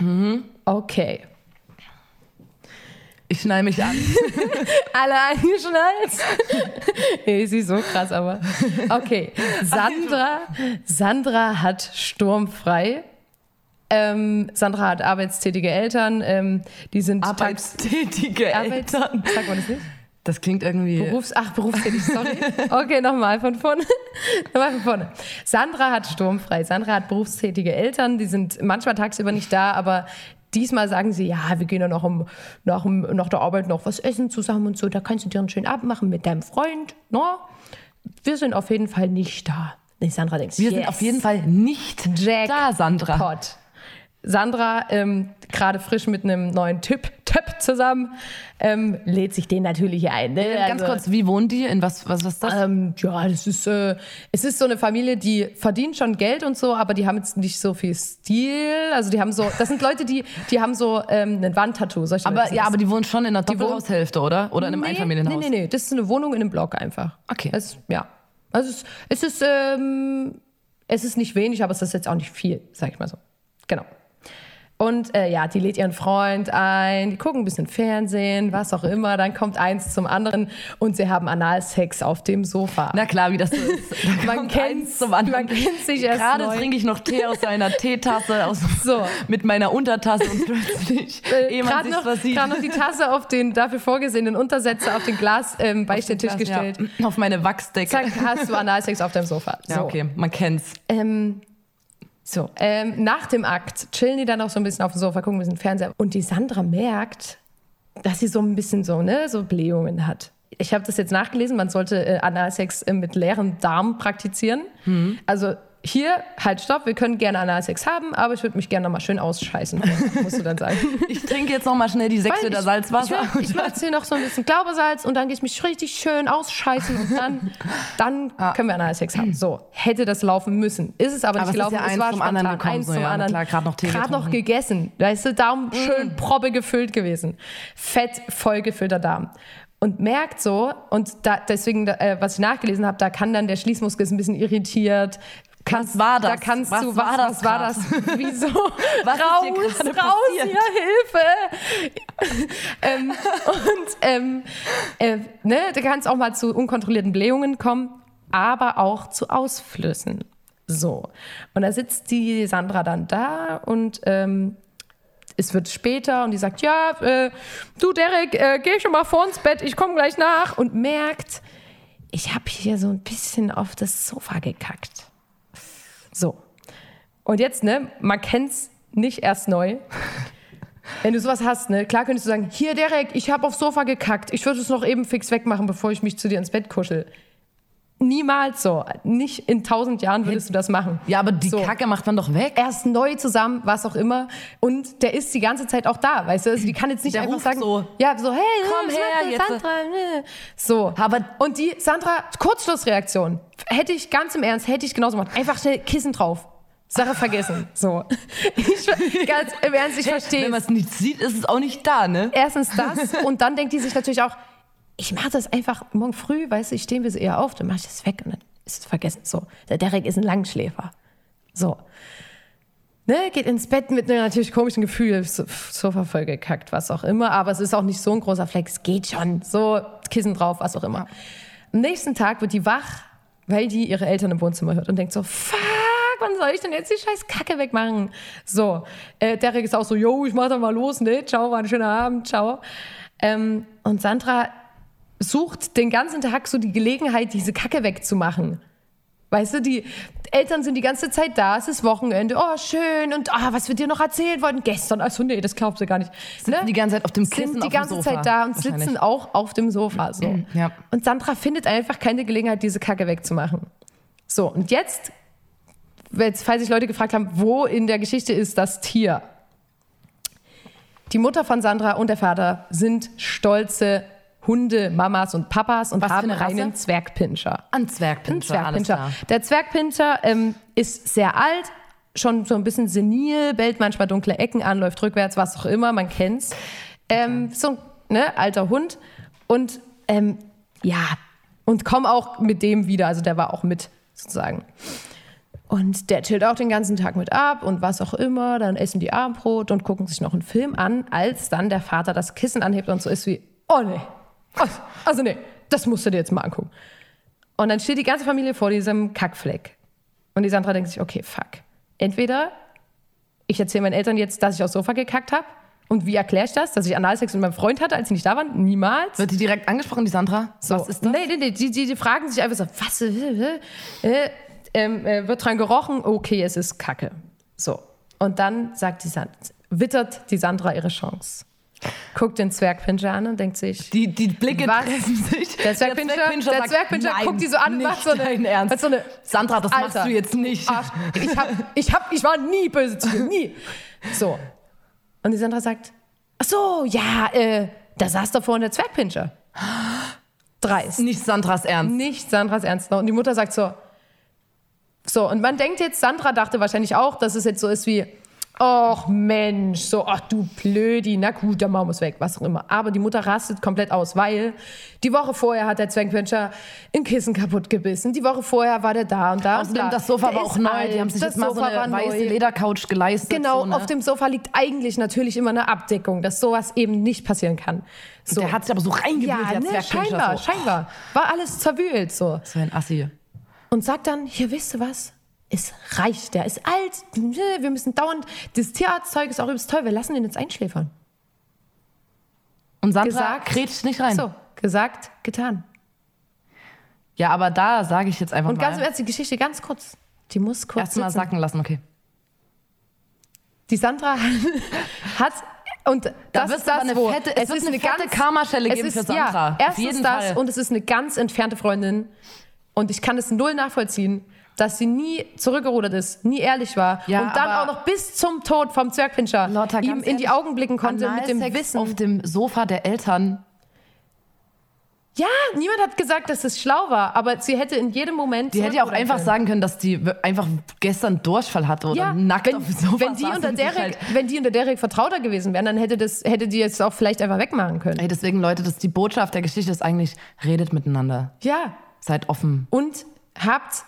S2: Mhm.
S3: Okay.
S2: Ich schnall mich an.
S3: *laughs* Alle eingeschnallt. *laughs* nee, sie ist so krass, aber. Okay. Sandra, Sandra hat sturmfrei. Ähm, Sandra hat arbeitstätige Eltern. Ähm, die sind
S2: Arbeitstätige
S3: tags- Arbeits-
S2: Eltern.
S3: Sagt man das nicht?
S2: Das klingt irgendwie.
S3: Berufs Ach, berufstätig, sorry. Okay, nochmal von vorne. *laughs* nochmal von vorne. Sandra hat sturmfrei. Sandra hat berufstätige Eltern, die sind manchmal tagsüber nicht da, aber diesmal sagen sie, ja, wir gehen ja noch, um, nach, um, nach der Arbeit noch was essen zusammen und so, da kannst du dir einen schönen Abend machen mit deinem Freund. No? Wir sind auf jeden Fall nicht da. Nee, Sandra denkt,
S2: Wir
S3: yes.
S2: sind auf jeden Fall nicht
S3: Jack
S2: da, Sandra.
S3: Pot. Sandra, ähm, gerade frisch mit einem neuen Typ, Töpp zusammen, ähm, lädt sich den natürlich hier ein. Ne?
S2: Ganz
S3: Also-
S2: kurz, wie wohnen die? In was, was, was ist das?
S3: Ähm, ja, das ist, äh, es ist so eine Familie, die verdient schon Geld und so, aber die haben jetzt nicht so viel Stil. Also die haben so, das sind Leute, die, die haben so ähm, einen Wandtattoo. solche Leute
S2: Aber,
S3: sind
S2: ja,
S3: das.
S2: aber die wohnen schon in einer
S3: wohnen-
S2: Doppelhaushälfte, oder? Oder in einem
S3: nee,
S2: Einfamilienhaus?
S3: Nee, nee, nee, das ist eine Wohnung in einem Block einfach.
S2: Okay.
S3: Es, ja. Also es, es ist, ähm, es ist nicht wenig, aber es ist jetzt auch nicht viel, sag ich mal so. Genau. Und äh, ja, die lädt ihren Freund ein, die gucken ein bisschen Fernsehen, was auch immer. Dann kommt eins zum anderen und sie haben Analsex auf dem Sofa.
S2: Na klar, wie das so ist.
S3: *laughs*
S2: Da
S3: Man
S2: kommt
S3: kennt's,
S2: eins zum anderen.
S3: man kennt sich erst
S2: Gerade
S3: neu.
S2: trinke ich noch Tee aus einer Teetasse, aus,
S3: *laughs* So.
S2: mit meiner Untertasse und plötzlich, *laughs*
S3: Äh,
S2: ehe man
S3: gerade
S2: sich
S3: noch,
S2: was sieht,
S3: gerade noch die Tasse auf den dafür vorgesehenen Untersetzer auf den Glas ähm, Beistelltisch
S2: Glas,
S3: gestellt.
S2: Ja, auf meine Wachsdecke.
S3: Zack, hast du Analsex auf deinem Sofa. So.
S2: Ja, okay, man kennt's.
S3: Ähm, so, ähm, nach dem Akt chillen die dann auch so ein bisschen auf dem Sofa, gucken ein bisschen Fernseher. Und die Sandra merkt, dass sie so ein bisschen so, ne, so Blähungen hat. Ich habe das jetzt nachgelesen, man sollte äh, Analsex äh, mit leerem Darm praktizieren.
S2: Hm.
S3: Also hier, halt, stopp, wir können gerne Analsex haben, aber ich würde mich gerne nochmal schön ausscheißen, vorher, musst du dann sagen.
S2: Ich trinke jetzt noch mal schnell die sechs
S3: Weil
S2: Liter
S3: ich-
S2: Salzwasser. *laughs*
S3: Ich, will- ich mache jetzt hier noch so ein bisschen Glaubersalz und dann gehe ich mich richtig schön ausscheißen und dann, dann können wir Analsex haben. So, hätte das laufen müssen. Ist es aber
S2: Ah. Aber
S3: nicht
S2: es ist
S3: gelaufen.
S2: ja
S3: es
S2: eins
S3: war
S2: zum
S3: spontan.
S2: anderen gekommen,
S3: eins
S2: so,
S3: zum
S2: ja, na
S3: anderen.
S2: klar, grad noch Tee
S3: Gerade noch
S2: getrunken. Mm.
S3: gegessen. Da ist der Darm schön proppe gefüllt gewesen. Fett, vollgefüllter Darm. Und merkt so, und da, deswegen, da, äh, was ich nachgelesen habe, da kann dann der Schließmuskel ist ein bisschen irritiert. Kannst,
S2: war das?
S3: Da kannst
S2: Was
S3: du,
S2: war das
S3: was war das? *laughs* Wieso?
S2: Was ist
S3: raus,
S2: hier gerade
S3: raus
S2: passiert?
S3: hier, Hilfe! *laughs* ähm, und ähm, äh, ne, da kann es auch mal zu unkontrollierten Blähungen kommen, aber auch zu Ausflüssen. So. Und da sitzt die Sandra dann da und ähm, es wird später und die sagt, ja, äh, du Derek, äh, geh schon mal vor ins Bett, ich komme gleich nach. Und merkt, ich habe hier so ein bisschen auf das Sofa gekackt. So. Und jetzt, ne, man kennt's nicht erst neu. Wenn du sowas hast, ne, klar könntest du sagen, hier Derek, ich habe aufs Sofa gekackt. Ich würde es noch eben fix wegmachen, bevor ich mich zu dir ins Bett kuschel. Niemals so. Nicht in tausend Jahren würdest du das machen.
S2: Ja, aber die
S3: So.
S2: Kacke macht man doch weg.
S3: Erst neu zusammen, was auch immer. Und der ist die ganze Zeit auch da, weißt du? Also die kann jetzt nicht
S2: Der
S3: einfach
S2: ruft
S3: sagen,
S2: so.
S3: ja, so, hey,
S2: Komm
S3: was
S2: her,
S3: macht denn
S2: jetzt.
S3: Sandra. ne? So.
S2: Aber-
S3: und die Sandra, Kurzschlussreaktion. Hätte ich ganz im Ernst, hätte ich genauso gemacht. Einfach schnell Kissen drauf.
S2: *laughs*
S3: Sache vergessen. So. Ich, ganz im Ernst, ich verstehe
S2: Wenn man es nicht sieht, ist es auch nicht da, ne?
S3: erstens das und dann denkt die sich natürlich auch, ich mache das einfach morgen früh, weißt du, ich stehe bis eher auf, dann mache ich das weg und dann ist es vergessen. So, der Derek ist ein Langschläfer. So. Ne, geht ins Bett mit einem natürlich komischen Gefühl, so- pff, Sofa voll gekackt, was auch immer, aber es ist auch nicht so ein großer Flex, geht schon. So, Kissen drauf, was auch immer. Am nächsten Tag wird die wach, weil die ihre Eltern im Wohnzimmer hört und denkt so, fuck, wann soll ich denn jetzt die scheiß Kacke wegmachen? So, äh, Derek ist auch so, yo, ich mach dann mal los, ne? Ciao, war ein schöner Abend, ciao. Ähm, und Sandra sucht den ganzen Tag so die Gelegenheit, diese Kacke wegzumachen. Weißt du, die Eltern sind die ganze Zeit da, es ist Wochenende, oh schön und ah, was wird dir noch erzählt worden gestern? Also nee, das glaubst du gar nicht. Ne?
S2: Die ganze Zeit auf dem Kissen
S3: sind die
S2: auf
S3: ganze
S2: dem Sofa,
S3: Zeit da und
S2: wahrscheinlich. Mhm,
S3: sitzen auch auf dem Sofa. So.
S2: Ja.
S3: Und Sandra findet einfach keine Gelegenheit, diese Kacke wegzumachen. So, und jetzt, jetzt, falls sich Leute gefragt haben, wo in der Geschichte ist das Tier? Die Mutter von Sandra und der Vater sind stolze Hunde, Mamas und Papas und
S2: Was für
S3: haben
S2: eine Rasse?
S3: einen Zwergpinscher.
S2: Ein Zwergpinscher, alles klar.
S3: Der Zwergpinscher ähm, ist sehr alt, schon so ein bisschen senil, bellt manchmal dunkle Ecken an, läuft rückwärts, was auch immer, man kennt's. Ähm, So ein ne, alter Hund. Und ähm, ja, und komm auch mit dem wieder, also der war auch mit sozusagen. Und der chillt auch den ganzen Tag mit ab und was auch immer. Dann essen die Abendbrot und gucken sich noch einen Film an, als dann der Vater das Kissen anhebt und so ist wie, oh nee, Oh, also nee, das musst du dir jetzt mal angucken. Und dann steht die ganze Familie vor diesem Kackfleck. Und die Sandra denkt sich, okay, fuck. Entweder ich erzähle meinen Eltern jetzt, dass ich aufs Sofa gekackt habe. Und wie erkläre ich das, dass ich Analsex mit meinem Freund hatte, als sie nicht da waren? Niemals.
S2: Wird die direkt angesprochen, die Sandra?
S3: So.
S2: Was ist das?
S3: Nee, nee, nee, die, die, die fragen sich einfach so, was, äh, äh, ähm, äh, wird dran gerochen, okay, es ist Kacke. So. Und dann sagt die Sand, wittert die Sandra ihre Chance. Guckt den Zwergpinscher an und denkt sich,
S2: Die, die Blicke
S3: Was?
S2: treffen sich.
S3: Der Zwergpinscher- der
S2: sagt,
S3: Zwergpinscher
S2: nein,
S3: guckt die so an und
S2: nicht
S3: macht so eine-
S2: dein Ernst.
S3: macht so eine-
S2: Sandra, das
S3: Alter.
S2: machst du jetzt nicht.
S3: Arsch, ich, hab, ich, hab, ich war nie böse zu dir, nie. So. Und die Sandra sagt, ach so, ja, äh, da saß davor der Zwergpinscher. Dreist.
S2: Nicht Sandras Ernst.
S3: nicht Sandras Ernst genommen. Und die Mutter sagt so, so, und man denkt jetzt, Sandra dachte wahrscheinlich auch, dass es jetzt so ist wie, ach Mensch, so, ach du Blödi, na gut, der Maum ist weg, was auch immer. Aber die Mutter rastet komplett aus, weil die Woche vorher hat der Zwängpinscher ein Kissen kaputt gebissen, die Woche vorher war der da und da und, da.
S2: Außerdem, das Sofa
S3: Der
S2: war
S3: ist
S2: auch neu.
S3: alt,
S2: Die haben sich
S3: das
S2: jetzt mal so
S3: Sofa war
S2: eine weiße
S3: neu.
S2: Ledercouch geleistet.
S3: Genau,
S2: so, ne?
S3: auf dem Sofa liegt eigentlich natürlich immer eine Abdeckung, dass sowas eben nicht passieren kann. So.
S2: Der hat sich aber so reingebildet,
S3: ja,
S2: der
S3: ne,
S2: Zwergpinscher.
S3: scheinbar,
S2: so.
S3: scheinbar. War alles zerwühlt, so.
S2: So ein Assi.
S3: und sagt dann, hier, wisst ihr was? Es reicht, der ist alt, ne, wir müssen dauernd, das Tierarztzeug ist auch übelst toll, wir lassen den jetzt einschläfern.
S2: Und Sandra
S3: Gesagt.
S2: kretscht nicht rein.
S3: So, gesagt, getan.
S2: Ja, aber da sage ich jetzt einfach
S3: Und
S2: mal.
S3: ganz im Ernst, die Geschichte ganz kurz. Die muss kurz
S2: erstmal
S3: sitzen.
S2: sacken lassen, okay.
S3: Die Sandra *laughs* hat und
S2: Da
S3: das
S2: wird's
S3: ist das,
S2: aber eine
S3: wo
S2: fette- es wird eine fette Karmaschelle
S3: es
S2: geben
S3: ist,
S2: für Sandra.
S3: Ja,
S2: Auf
S3: erstens
S2: jeden
S3: das
S2: Fall.
S3: und es ist eine ganz entfernte Freundin und ich kann es null nachvollziehen, dass sie nie zurückgerudert ist, nie ehrlich war
S2: Ja,
S3: und dann auch
S2: aber-
S3: noch bis zum Tod vom Zwergpinscher
S2: Lotta,
S3: ihm
S2: ganz
S3: in die
S2: ehrlich,
S3: Augen blicken konnte mit dem
S2: Analsex
S3: Wissen.
S2: auf dem Sofa der Eltern.
S3: ja, niemand hat gesagt, dass es schlau war, aber sie hätte in jedem Moment
S2: Die hätte ja auch
S3: zurückrudern
S2: einfach
S3: können.
S2: sagen können, dass die w- einfach gestern Durchfall hatte oder
S3: ja,
S2: nackt
S3: wenn,
S2: auf dem Sofa
S3: wenn die
S2: saß
S3: unter
S2: und sich
S3: Derek,
S2: halt-
S3: wenn die unter Derek vertrauter gewesen wären, dann hätte das hätte die jetzt auch vielleicht einfach wegmachen können.
S2: Ey, deswegen, Leute, das ist die Botschaft der Geschichte ist eigentlich, redet miteinander.
S3: Ja,
S2: Seid offen.
S3: und habt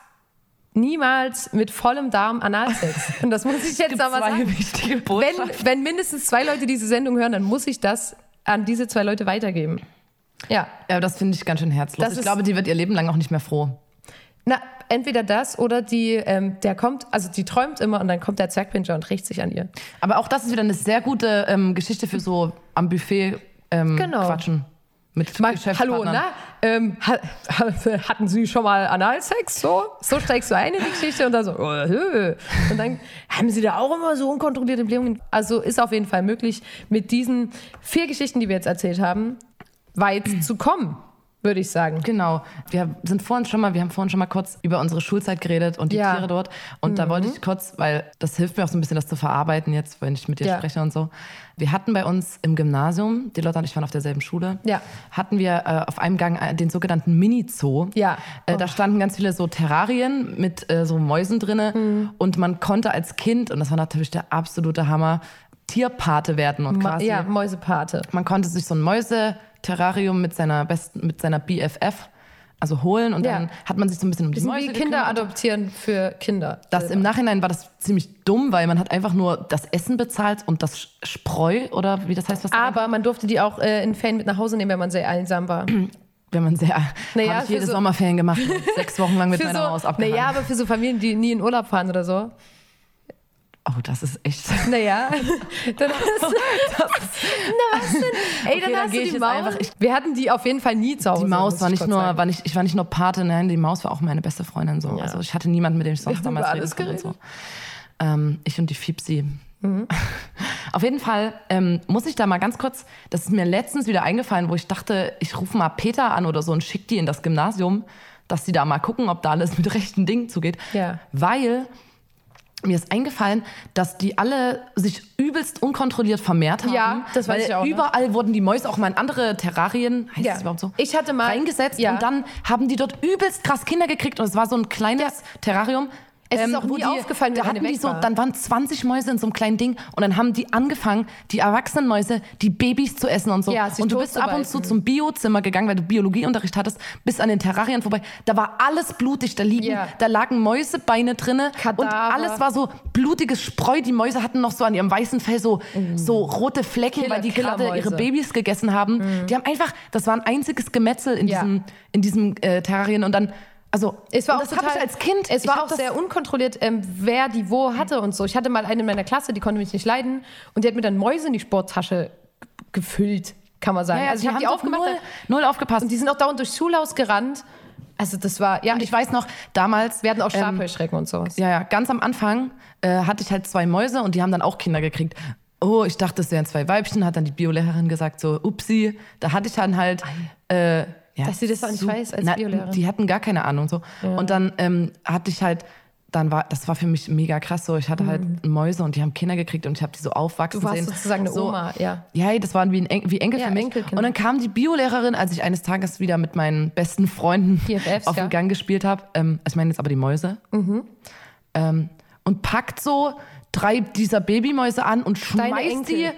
S3: niemals mit vollem Darm Analsex. Und
S2: *laughs*
S3: das muss ich jetzt
S2: Gibt
S3: aber
S2: zwei
S3: sagen.
S2: wichtige
S3: Wenn,
S2: Botschaften.
S3: wenn mindestens zwei Leute diese Sendung hören, dann muss ich das an diese zwei Leute weitergeben. Ja,
S2: ja, das finde ich ganz schön herzlos.
S3: Das
S2: ich
S3: ist-
S2: glaube, die wird ihr Leben lang auch nicht mehr froh.
S3: na, entweder das oder die, ähm, der kommt, also die träumt immer und dann kommt der Zwergpinscher und rächt sich an ihr.
S2: Aber auch das ist wieder eine sehr gute ähm, Geschichte für so am Buffet ähm,
S3: Genau.
S2: quatschen. Mit
S3: Mal, hallo,
S2: Geschäftspartnern.
S3: ne? Ähm, ha, ha- *laughs* hatten Sie schon mal Analsex? So, so steigst du ein in die Geschichte und dann so. äh, hö. Und dann haben Sie da auch immer so unkontrollierte Blähungen. Also ist auf jeden Fall möglich, mit diesen vier Geschichten, die wir jetzt erzählt haben, weit zu kommen, würde ich sagen.
S2: Genau. Wir sind vorhin schon mal, wir haben vorhin schon mal kurz über unsere Schulzeit geredet und die
S3: Ja. Mhm.
S2: Tiere dort. Und da wollte ich kurz, weil das hilft mir auch so ein bisschen, das zu verarbeiten jetzt, wenn ich mit dir
S3: Ja.
S2: spreche und so. Wir hatten bei uns im Gymnasium, die Lotta und ich waren auf derselben Schule,
S3: Ja.
S2: hatten wir äh, auf einem Gang äh, den sogenannten Mini-Zoo.
S3: Ja. Oh.
S2: Äh, Da standen ganz viele so Terrarien mit äh, so Mäusen drinne
S3: Mhm.
S2: und man konnte als Kind, und das war natürlich der absolute Hammer, Tierpate werden und
S3: Ma
S2: quasi
S3: ja, Mäusepate.
S2: man konnte sich so ein Mäuse-Terrarium mit seiner besten, mit seiner BFF also holen und
S3: Ja.
S2: dann hat man sich so ein bisschen um die
S3: Das sind
S2: Mäuse
S3: wie Kinder
S2: gekümmert.
S3: adoptieren für Kinder.
S2: Das im Nachhinein war das ziemlich dumm, weil man hat einfach nur das Essen bezahlt und das Sch- Spreu oder wie das heißt, was da
S3: aber man durfte die auch äh, in Ferien mit nach Hause nehmen, wenn man sehr
S2: *clears throat*
S3: einsam war.
S2: wenn man sehr
S3: Naja,
S2: habe ich
S3: für
S2: jede
S3: so-
S2: Sommerferien gemacht, und sechs Wochen
S3: *laughs*
S2: lang mit
S3: Für
S2: meiner Maus
S3: so,
S2: abgehangen.
S3: naja, aber für so Familien, die nie in Urlaub fahren oder so.
S2: oh, das ist echt. *laughs*
S3: Naja, *laughs* dann hast du. Na, was denn? Ey,
S2: Okay,
S3: dann
S2: dann
S3: hast
S2: geh
S3: du
S2: ich
S3: die
S2: jetzt
S3: Maus.
S2: einfach-
S3: wir hatten die auf jeden Fall nie zu Hause.
S2: Die Maus
S3: muss
S2: war
S3: ich
S2: nicht
S3: kurz
S2: nur,
S3: sagen.
S2: war nicht, ich war nicht nur Pate, nein, die Maus war auch meine beste Freundin so. Also ich hatte niemanden, mit dem ich sonst
S3: Wir haben
S2: damals
S3: über alles
S2: reden konnte und so. Ähm, ich und die Fipsi.
S3: Mhm.
S2: *laughs* Auf jeden Fall ähm, muss ich da mal ganz kurz, das ist mir letztens wieder eingefallen, wo ich dachte, ich rufe mal Peter an oder so und schick die in das Gymnasium, dass die da mal gucken, ob da alles *laughs* mit rechten Dingen zugeht.
S3: Ja.
S2: Weil mir ist eingefallen, dass die alle sich übelst unkontrolliert vermehrt haben.
S3: Ja, das weiß
S2: weil
S3: ich auch, ne?
S2: Überall wurden die Mäuse auch mal in andere Terrarien, heißt
S3: Ja.
S2: das überhaupt so?
S3: Ich hatte mal-
S2: reingesetzt
S3: ja.
S2: und dann haben die dort übelst krass Kinder gekriegt und es war so ein kleines Terrarium. Ähm,
S3: Es ist auch
S2: wo
S3: nie aufgefallen,
S2: da
S3: wenn eine
S2: hatten die
S3: weg
S2: so,
S3: war.
S2: dann waren 20 Mäuse in so einem kleinen Ding und dann haben die angefangen, die erwachsenen Mäuse, die Babys zu essen und so.
S3: Ja, sich
S2: und du bist ab und zu
S3: totzubeißen.
S2: zum Biozimmer gegangen, weil du Biologieunterricht hattest, bis an den Terrarien vorbei. Da war alles blutig, da liegen,
S3: Ja.
S2: da lagen Mäusebeine drinne und
S3: Kadaver.
S2: alles war so blutiges Spreu. Die Mäuse hatten noch so an ihrem weißen Fell so, so rote Flecken,
S3: Oh. Killer-
S2: weil die gerade
S3: Killermäuse.
S2: ihre Babys gegessen haben. Die haben einfach, das war ein einziges Gemetzel in
S3: Mhm. Ja.
S2: diesem, in diesem äh, Terrarien und dann, also
S3: Es war
S2: und
S3: auch
S2: das habe ich
S3: total,
S2: als Kind.
S3: Es
S2: ich
S3: war
S2: hab
S3: auch
S2: das-
S3: sehr unkontrolliert, ähm, wer die wo hatte und so. Ich hatte mal eine in meiner Klasse, die konnte mich nicht leiden und die hat mir dann Mäuse in die Sporttasche g- gefüllt, kann man sagen.
S2: Ja, ja,
S3: also ich habe die
S2: haben doch
S3: aufgemacht
S2: null, null aufgepasst.
S3: und die sind auch dauernd durchs Schulhaus gerannt. Also das war, ja,
S2: Und ich weiß noch, damals ähm,
S3: wir hatten auch Stapelschrecken und sowas.
S2: Ja, ja, ganz am Anfang äh, hatte ich halt zwei Mäuse und die haben dann auch Kinder gekriegt. Oh, ich dachte, es wären zwei Weibchen, hat dann die Biolehrerin gesagt, so, upsi, da hatte ich dann halt. Äh, ja,
S3: Dass sie das auch nicht
S2: so-
S3: weiß als Biolehrerin.
S2: Die hatten gar keine Ahnung und so. Und dann ähm, hatte ich halt. Dann war, das war für mich mega krass so. Ich hatte halt Mäuse und die haben Kinder gekriegt und ich habe die so aufwachsen
S3: Mhm. Du warst
S2: sehen.
S3: sozusagen eine
S2: so,
S3: Oma, ja.
S2: ja, das waren wie, ein Enkel, wie Enkel
S3: Ja, genau.
S2: für mich.
S3: Enkelkinder.
S2: Und dann kam die Biolehrerin, als ich eines Tages wieder mit meinen besten Freunden
S3: BFFs,
S2: auf
S3: ja. Mhm.
S2: dem Gang gespielt habe. Ähm, ich meine jetzt aber die Mäuse. Ähm, und packt so drei dieser Babymäuse an und
S3: Deine
S2: schmeißt
S3: Enkel.
S2: die.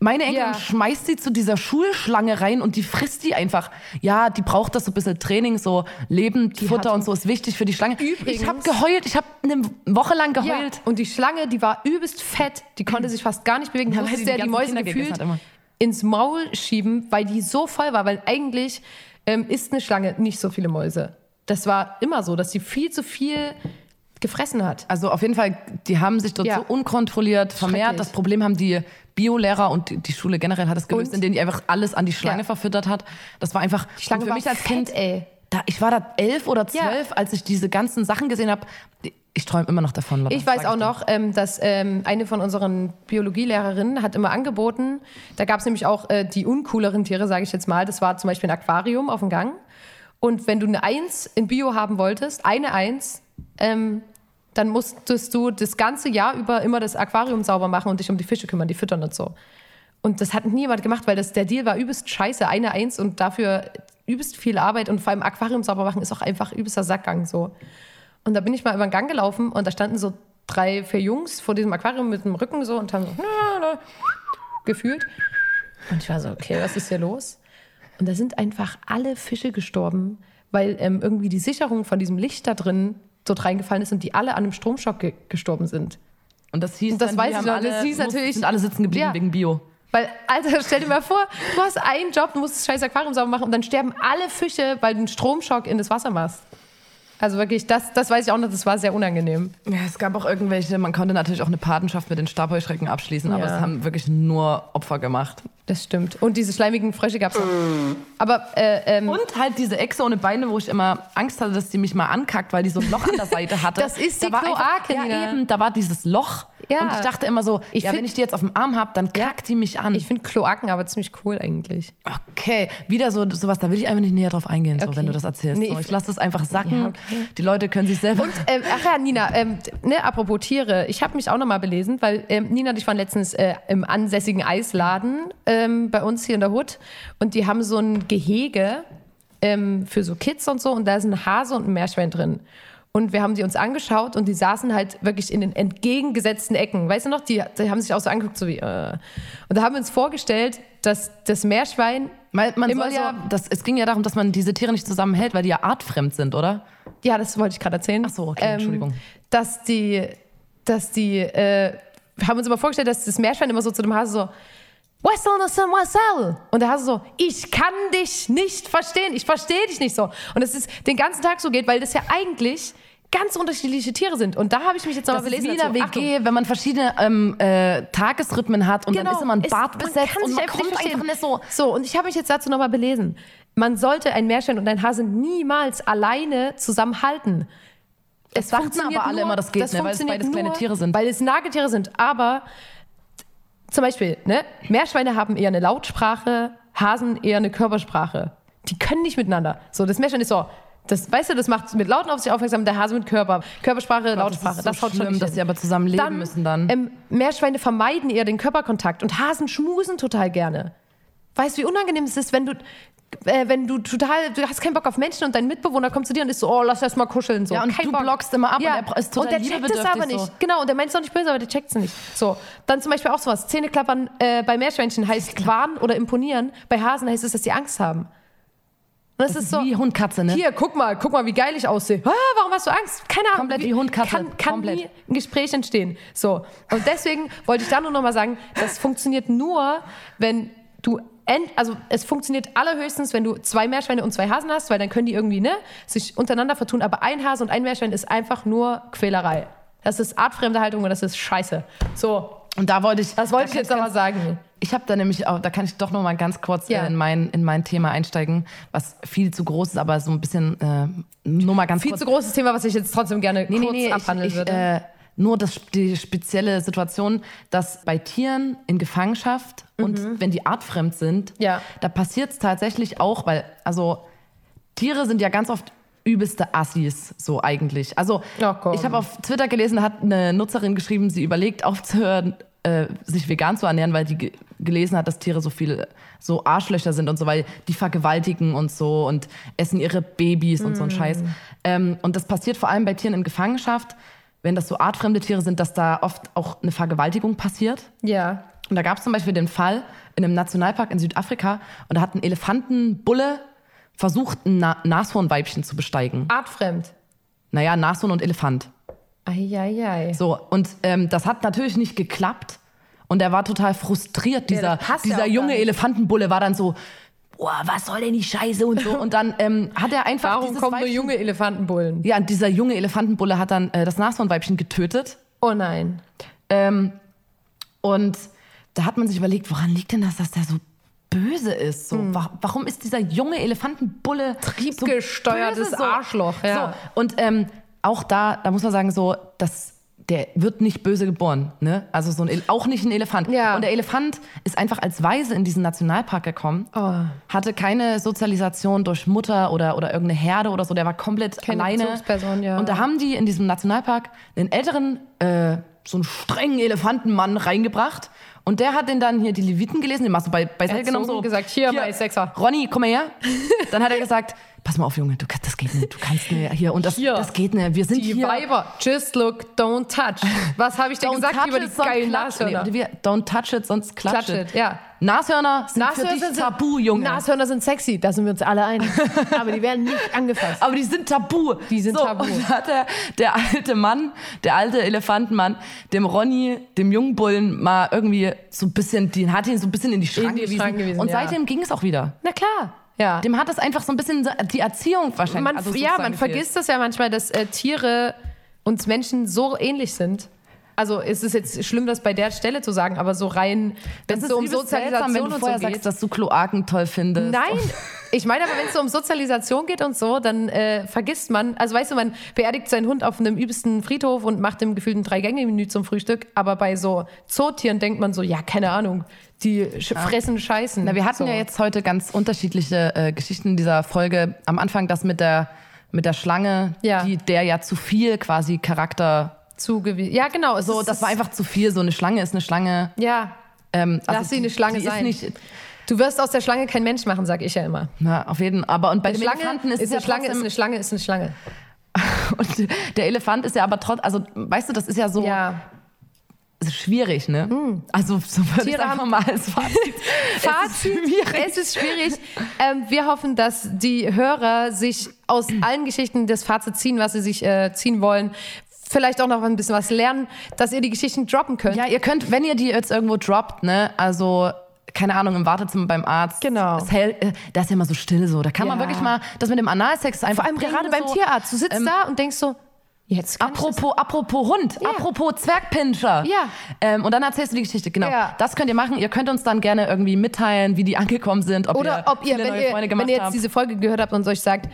S2: Meine Enkel
S3: Ja.
S2: und schmeißt die zu dieser Schulschlange rein und die frisst die einfach. Ja, die braucht das so ein bisschen Training, so lebend, Futter
S3: hat-
S2: und so ist wichtig für die Schlange.
S3: Übrigens-
S2: ich habe geheult, ich habe eine Woche lang geheult.
S3: Ja, und die Schlange, die war übelst fett, die konnte sich fast gar nicht bewegen. Da
S2: Ja, weil
S3: musste
S2: die die
S3: ja die
S2: ganzen
S3: Mäuse
S2: Kinder gegessen
S3: gefühlt
S2: hat immer.
S3: ins Maul schieben, weil die so voll war, weil eigentlich ähm, isst eine Schlange nicht so viele Mäuse. Das war immer so, dass sie viel zu viel gefressen hat.
S2: Also auf jeden Fall, die haben sich dort
S3: Ja.
S2: so unkontrolliert vermehrt.
S3: Schrecklich.
S2: Das Problem haben die Biolehrer und die- die Schule generell hat es gelöst,
S3: Und?
S2: indem die einfach alles an die Schlange
S3: Ja.
S2: verfüttert hat. Das war einfach
S3: Die Schlange
S2: und für
S3: war
S2: mich als
S3: fett,
S2: Kind.
S3: ey.
S2: Da, ich war da elf oder
S3: Ja.
S2: zwölf, als ich diese ganzen Sachen gesehen habe. Ich träume immer noch davon. Lotta,
S3: Ich
S2: sag
S3: weiß auch
S2: dir.
S3: noch, ähm, dass ähm, eine von unseren Biologielehrerinnen hat immer angeboten, da gab es nämlich auch äh, die uncooleren Tiere, sage ich jetzt mal. Das war zum Beispiel ein Aquarium auf dem Gang. Und wenn du eine Eins in Bio haben wolltest, eine Eins, ähm, dann musstest du das ganze Jahr über immer das Aquarium sauber machen und dich um die Fische kümmern, die füttern und so. Und das hat niemand gemacht, weil das, der Deal war übelst scheiße, eine Eins und dafür übelst viel Arbeit und vor allem Aquarium sauber machen ist auch einfach übelster Sackgang so. Und da bin ich mal über den Gang gelaufen und da standen so drei, vier Jungs vor diesem Aquarium mit dem Rücken so und haben so na, na, gefühlt. Und ich war so, okay, was ist hier los? Und da sind einfach alle Fische gestorben, weil ähm, irgendwie die Sicherung von diesem Licht da drin dort reingefallen ist und die alle an einem Stromschock ge gestorben sind.
S2: Und das hieß,
S3: Und das
S2: dann,
S3: weiß
S2: die
S3: ich
S2: haben
S3: noch,
S2: alle,
S3: das hieß
S2: mussten-
S3: natürlich-
S2: sind alle sitzen geblieben
S3: Ja.
S2: wegen Bio.
S3: Weil, Alter, *laughs* stell dir mal vor, du hast einen Job, du musst das scheiß Aquarium sauber machen und dann sterben alle Fische, weil du einen Stromschock in das Wasser machst. Also wirklich, das, das weiß ich auch noch, das war sehr unangenehm.
S2: Ja, es gab auch irgendwelche, man konnte natürlich auch eine Patenschaft mit den Stabheuschrecken abschließen, aber
S3: Ja.
S2: es haben wirklich nur Opfer gemacht.
S3: Das stimmt. Und diese schleimigen Frösche gab's noch. Aber äh, ähm,
S2: Und halt diese Echse ohne Beine, wo ich immer Angst hatte, dass die mich mal ankackt, weil die so ein Loch an der
S3: *laughs*
S2: Seite hatte.
S3: Das ist die
S2: da war
S3: Kloake,
S2: einfach,
S3: Nina.
S2: Ja, eben, da war dieses Loch.
S3: Ja.
S2: Und ich dachte immer so,
S3: Ich
S2: ja,
S3: find-
S2: wenn ich die jetzt auf dem Arm habe, dann kackt die mich an.
S3: ich finde Kloaken aber ziemlich cool eigentlich.
S2: okay, wieder so sowas, da will ich einfach nicht näher drauf eingehen, so,
S3: Okay.
S2: wenn du das erzählst.
S3: Nee,
S2: so,
S3: ich-
S2: ich lasse das einfach sacken.
S3: Ja, okay.
S2: Die Leute können sich selber...
S3: Und,
S2: *laughs*
S3: ähm, ach ja, Nina, ähm, t- ne, apropos Tiere, ich habe mich auch nochmal belesen, weil ähm, Nina und ich waren letztens äh, im ansässigen Eisladen ähm, bei uns hier in der Hut und die haben so ein Gehege ähm, für so Kids und so und da ist ein Hase und ein Meerschwein drin. Und wir haben die uns angeschaut und die saßen halt wirklich in den entgegengesetzten Ecken. Weißt du noch, die, die haben sich auch so angeguckt, so wie, äh. Und da haben wir uns vorgestellt, dass das Meerschwein
S2: Man, man
S3: immer
S2: soll
S3: so-
S2: ja, das, es ging ja darum, dass man diese Tiere nicht zusammenhält, weil die ja artfremd sind, oder?
S3: Ja, das wollte ich gerade erzählen. Ach
S2: so, okay, Entschuldigung.
S3: Dass die, dass die, äh, wir haben uns immer vorgestellt, dass das Meerschwein immer so zu dem Hase so, Wessel, Wessel, Wessel. Und der Hase so, ich kann dich nicht verstehen, ich verstehe dich nicht so. Und dass es den ganzen Tag so geht, weil das ja eigentlich ganz unterschiedliche Tiere sind. Und da habe ich mich jetzt nochmal
S2: Das ist
S3: belesen.
S2: wie in der
S3: dazu. Achtung.
S2: WG, wenn man verschiedene ähm, äh, Tagesrhythmen hat und
S3: Genau.
S2: dann ist immer ein
S3: Es-
S2: Bad besetzt
S3: kann
S2: und
S3: sich
S2: man
S3: einfach
S2: kommt
S3: verstehen.
S2: einfach nicht so.
S3: So, und ich habe mich jetzt dazu nochmal belesen. Man sollte ein Meerschwein und ein Hase niemals alleine zusammenhalten. Es
S2: dachten
S3: funktioniert
S2: aber alle
S3: nur,
S2: immer, das geht nicht, weil es
S3: funktioniert
S2: beides kleine
S3: nur,
S2: Tiere sind.
S3: Weil es Nagetiere sind, aber zum Beispiel, ne, Meerschweine haben eher eine Lautsprache, Hasen eher eine Körpersprache. Die können nicht miteinander. So, das Meerschwein ist so, das, weißt du, das macht mit Lauten auf sich aufmerksam, der Hase mit Körper, Körpersprache, Lautsprache.
S2: Das ist so
S3: haut schon
S2: schlimm,
S3: nicht
S2: dass
S3: hin.
S2: sie aber zusammen leben müssen dann.
S3: Ähm, Meerschweine vermeiden eher den Körperkontakt und Hasen schmusen total gerne. Weißt du, wie unangenehm es ist, wenn du, äh, wenn du total, du hast keinen Bock auf Menschen und dein Mitbewohner kommt zu dir und ist so, oh, lass erst mal kuscheln. So.
S2: Ja, und
S3: Kein
S2: du
S3: Bock.
S2: blockst immer ab und er ist total
S3: Und der checkt es
S2: liebebedürftig
S3: aber nicht.
S2: so.
S3: Genau, und der meint es auch nicht böse, aber der checkt es nicht. So, dann zum Beispiel auch sowas, Zähneklappern äh, bei Meerschweinchen heißt warnen oder imponieren. Bei Hasen heißt es, dass die Angst haben. Und das, ist so,
S2: Wie Hund, Katze, ne?
S3: hier, guck mal, guck mal, wie geil ich aussehe. Ah, warum hast du Angst? Keine Ahnung.
S2: Komplett wie Hund, Katze.
S3: Kann, kann
S2: Komplett.
S3: nie ein Gespräch entstehen. So. Und deswegen *laughs* wollte ich da nur nochmal sagen, das funktioniert nur, wenn du, end, also es funktioniert allerhöchstens, wenn du zwei Meerschweine und zwei Hasen hast, weil dann können die irgendwie, ne, sich untereinander vertun. Aber ein Hase und ein Meerschwein ist einfach nur Quälerei. Das ist artfremde Haltung und das ist scheiße. So.
S2: Und da wollte ich,
S3: Das wollte
S2: da
S3: ich
S2: kann
S3: jetzt aber sagen.
S2: Ich habe da nämlich auch, da kann ich doch noch mal ganz kurz
S3: Ja.
S2: äh, in, mein, in mein Thema einsteigen, was viel zu groß ist, aber so ein bisschen, äh, nur mal ganz
S3: Viel
S2: kurz.
S3: zu großes Thema, was ich jetzt trotzdem gerne kurz abhandeln
S2: ich, ich,
S3: würde.
S2: Äh, nur das, die spezielle Situation, dass bei Tieren in Gefangenschaft und wenn die artfremd sind,
S3: Ja.
S2: da passiert es tatsächlich auch, weil, also Tiere sind ja ganz oft übelste Assis, so eigentlich. Also
S3: Ja, komm.
S2: ich habe auf Twitter gelesen, da hat eine Nutzerin geschrieben, sie überlegt aufzuhören, äh, sich vegan zu ernähren, weil die ge gelesen hat, dass Tiere so viele so Arschlöcher sind und so, weil die vergewaltigen und so und essen ihre Babys und
S3: Mm.
S2: so ein Scheiß. Ähm, und das passiert vor allem bei Tieren in Gefangenschaft, wenn das so artfremde Tiere sind, dass da oft auch eine Vergewaltigung passiert.
S3: ja.
S2: Und da gab es zum Beispiel den Fall in einem Nationalpark in Südafrika und da hat ein Elefantenbulle versucht, ein Na Nashornweibchen zu besteigen.
S3: Artfremd.
S2: Naja, Nashorn und Elefant.
S3: Eieiei.
S2: So, und ähm, das hat natürlich nicht geklappt. Und er war total frustriert, dieser,
S3: das passt ja
S2: dieser
S3: auch gar
S2: junge
S3: nicht.
S2: Elefantenbulle war dann so, boah, was soll denn die Scheiße und
S3: *laughs*
S2: so. Und dann ähm, hat er einfach
S3: Warum
S2: dieses
S3: kommen nur
S2: Weibchen-
S3: junge Elefantenbullen?
S2: Ja, und dieser junge Elefantenbulle hat dann äh, das Nashornweibchen getötet.
S3: Oh nein.
S2: Ähm, und da hat man sich überlegt, woran liegt denn das, dass der so böse ist? So,
S3: Hm.
S2: wa warum ist dieser junge Elefantenbulle
S3: Triebgesteuertes
S2: so böse, so?
S3: Arschloch, ja.
S2: So, und ähm, auch da, da muss man sagen, so, das, der wird nicht böse geboren, ne? Also so ein, El- auch nicht ein Elefant.
S3: Ja.
S2: Und der Elefant ist einfach als Weise in diesen Nationalpark gekommen,
S3: Oh.
S2: hatte keine Sozialisation durch Mutter oder, oder irgendeine Herde oder so, der war komplett
S3: Keine
S2: alleine.
S3: Bezugsperson, ja.
S2: Und da haben die in diesem Nationalpark einen älteren, äh, so einen strengen Elefantenmann reingebracht. Und der hat den dann hier die Leviten gelesen, den hast du bei, bei
S3: Er hat
S2: Seil genommen.
S3: so
S2: So,
S3: gesagt, hier, mein Sechser.
S2: Ronny, komm mal
S3: *laughs*
S2: her. Dann hat er gesagt, pass mal auf, Junge, du, kannst- das geht nicht, du kannst nicht hier. Und das,
S3: Hier.
S2: das geht nicht, wir sind
S3: Die
S2: hier.
S3: Weiber, just look, don't touch. Was habe ich dir
S2: Don't
S3: gesagt
S2: touch
S3: über die
S2: it, sonst
S3: geilen
S2: klatsch- nee,
S3: Nashörner?
S2: oder wir- Don't touch it, sonst
S3: Klatsch
S2: klatscht.
S3: it, ja.
S2: Nashörner sind für dich
S3: sind-
S2: tabu, Junge.
S3: Nashörner sind sexy, da sind wir uns alle *laughs* einig. Aber die werden nicht angefasst.
S2: Aber die sind tabu.
S3: Die sind
S2: so,
S3: tabu.
S2: Und *laughs* da hat der, der alte Mann, der alte Elefantenmann, dem Ronny, dem jungen Bullen mal irgendwie so ein bisschen, den hat ihn so ein bisschen in die Schrank
S3: die
S2: gewiesen.
S3: Schrank gewiesen,
S2: und
S3: ja.
S2: seitdem ging es auch wieder.
S3: Na klar. Ja.
S2: Dem hat es einfach so ein bisschen so- die Erziehung wahrscheinlich.
S3: Man,
S2: also
S3: ja,
S2: sozusagen
S3: man
S2: gefehlt.
S3: vergisst das ja manchmal, dass äh, Tiere uns Menschen so ähnlich sind. Also es ist jetzt schlimm, das bei der Stelle zu sagen, aber so rein, wenn
S2: Das
S3: es so
S2: ist
S3: um
S2: übelst
S3: Sozialisation
S2: seltsam, wenn
S3: und
S2: du
S3: so
S2: vorher
S3: geht.
S2: sagst, dass du Kloaken toll findest.
S3: Nein, ich meine aber, wenn es so um Sozialisation geht und so, dann äh, vergisst man, also weißt du, man beerdigt seinen Hund auf einem übelsten Friedhof und macht dem gefühlten Drei-Gänge-Menü zum Frühstück, aber bei so Zootieren denkt man so, ja, keine Ahnung, die sch fressen Scheißen.
S2: Ah. Na, wir hatten
S3: so.
S2: ja jetzt heute ganz unterschiedliche äh, Geschichten in dieser Folge. Am Anfang das mit der, mit der Schlange,
S3: Ja.
S2: die, der ja zu viel quasi Charakter.
S3: zugewiesen. Ja, genau. es
S2: So,
S3: ist-
S2: das war einfach zu viel. So eine Schlange ist eine Schlange.
S3: Ja,
S2: Ähm,
S3: Lass sie
S2: die-
S3: eine Schlange
S2: die
S3: sein.
S2: Ist nicht,
S3: du wirst aus der Schlange kein Mensch machen, sag ich ja immer.
S2: na, auf jeden Aber und bei
S3: Eine
S2: dem Elefanten
S3: Schlange
S2: ist,
S3: ist
S2: es ja
S3: eine Schlange, ist
S2: trotzdem,
S3: eine Schlange, ist eine Schlange.
S2: *laughs* und der Elefant ist ja aber trotz, also weißt du, das ist ja so
S3: Ja. Hm.
S2: es ist schwierig, ne? Also so würde ich
S3: Tiere
S2: sagen
S3: haben-
S2: mal als Fazit.
S3: *laughs* Fazit, *laughs* es ist schwierig. Ähm, wir hoffen, dass die Hörer sich aus allen Geschichten das Fazit ziehen, was sie sich äh, ziehen wollen. Vielleicht auch noch ein bisschen was lernen, dass ihr die Geschichten droppen könnt.
S2: Ja, ihr könnt, wenn ihr die jetzt irgendwo droppt, ne, also keine Ahnung, im Wartezimmer beim Arzt.
S3: Genau.
S2: Es hält, äh, da ist ja immer so still so. Da kann man
S3: Ja.
S2: wirklich mal, das mit dem Analsex ist einfach.
S3: Vor allem gerade beim
S2: so,
S3: Tierarzt. Du sitzt
S2: ähm,
S3: da und denkst so, jetzt kann ich
S2: Apropos, apropos Hund,
S3: Ja.
S2: apropos Zwergpinscher.
S3: Ja.
S2: Ähm, und dann erzählst du die Geschichte, genau.
S3: Ja.
S2: Das könnt ihr machen. Ihr könnt uns dann gerne irgendwie mitteilen, wie die angekommen sind, ob
S3: Oder
S2: ihr,
S3: ob ihr,
S2: viele
S3: wenn
S2: neue
S3: ihr,
S2: Freunde
S3: wenn
S2: gemacht
S3: ihr jetzt
S2: habt.
S3: diese Folge gehört habt und euch sagt,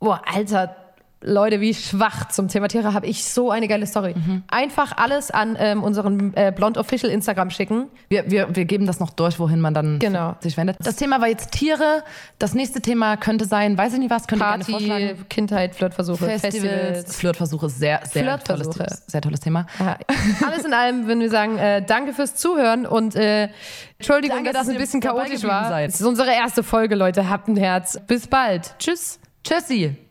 S3: boah, Alter, Leute, wie schwach zum Thema Tiere habe ich so eine geile Story.
S2: Mhm.
S3: Einfach alles an ähm, unseren äh, Blond Official Instagram schicken.
S2: Wir, wir, wir geben das noch durch, wohin man dann
S3: Genau.
S2: sich wendet. Das Thema war jetzt Tiere. Das nächste Thema könnte sein, weiß ich nicht was, könnt ihr gerne vorschlagen.
S3: Party, Kindheit, Flirtversuche,
S2: Festivals.
S3: Festivals.
S2: Flirtversuche, sehr, sehr, tolles,
S3: Flirtversuche.
S2: sehr tolles Thema.
S3: Ja, *laughs* Alles in allem würden wir sagen, äh, danke fürs Zuhören und äh, Entschuldigung,
S2: Danke,
S3: dass
S2: dass
S3: es ein
S2: ihr
S3: bisschen
S2: dabei
S3: chaotisch
S2: geblieben
S3: war.
S2: seid.
S3: Es ist unsere erste Folge, Leute. Habt ein Herz. Bis bald. Tschüss.
S2: Tschüssi.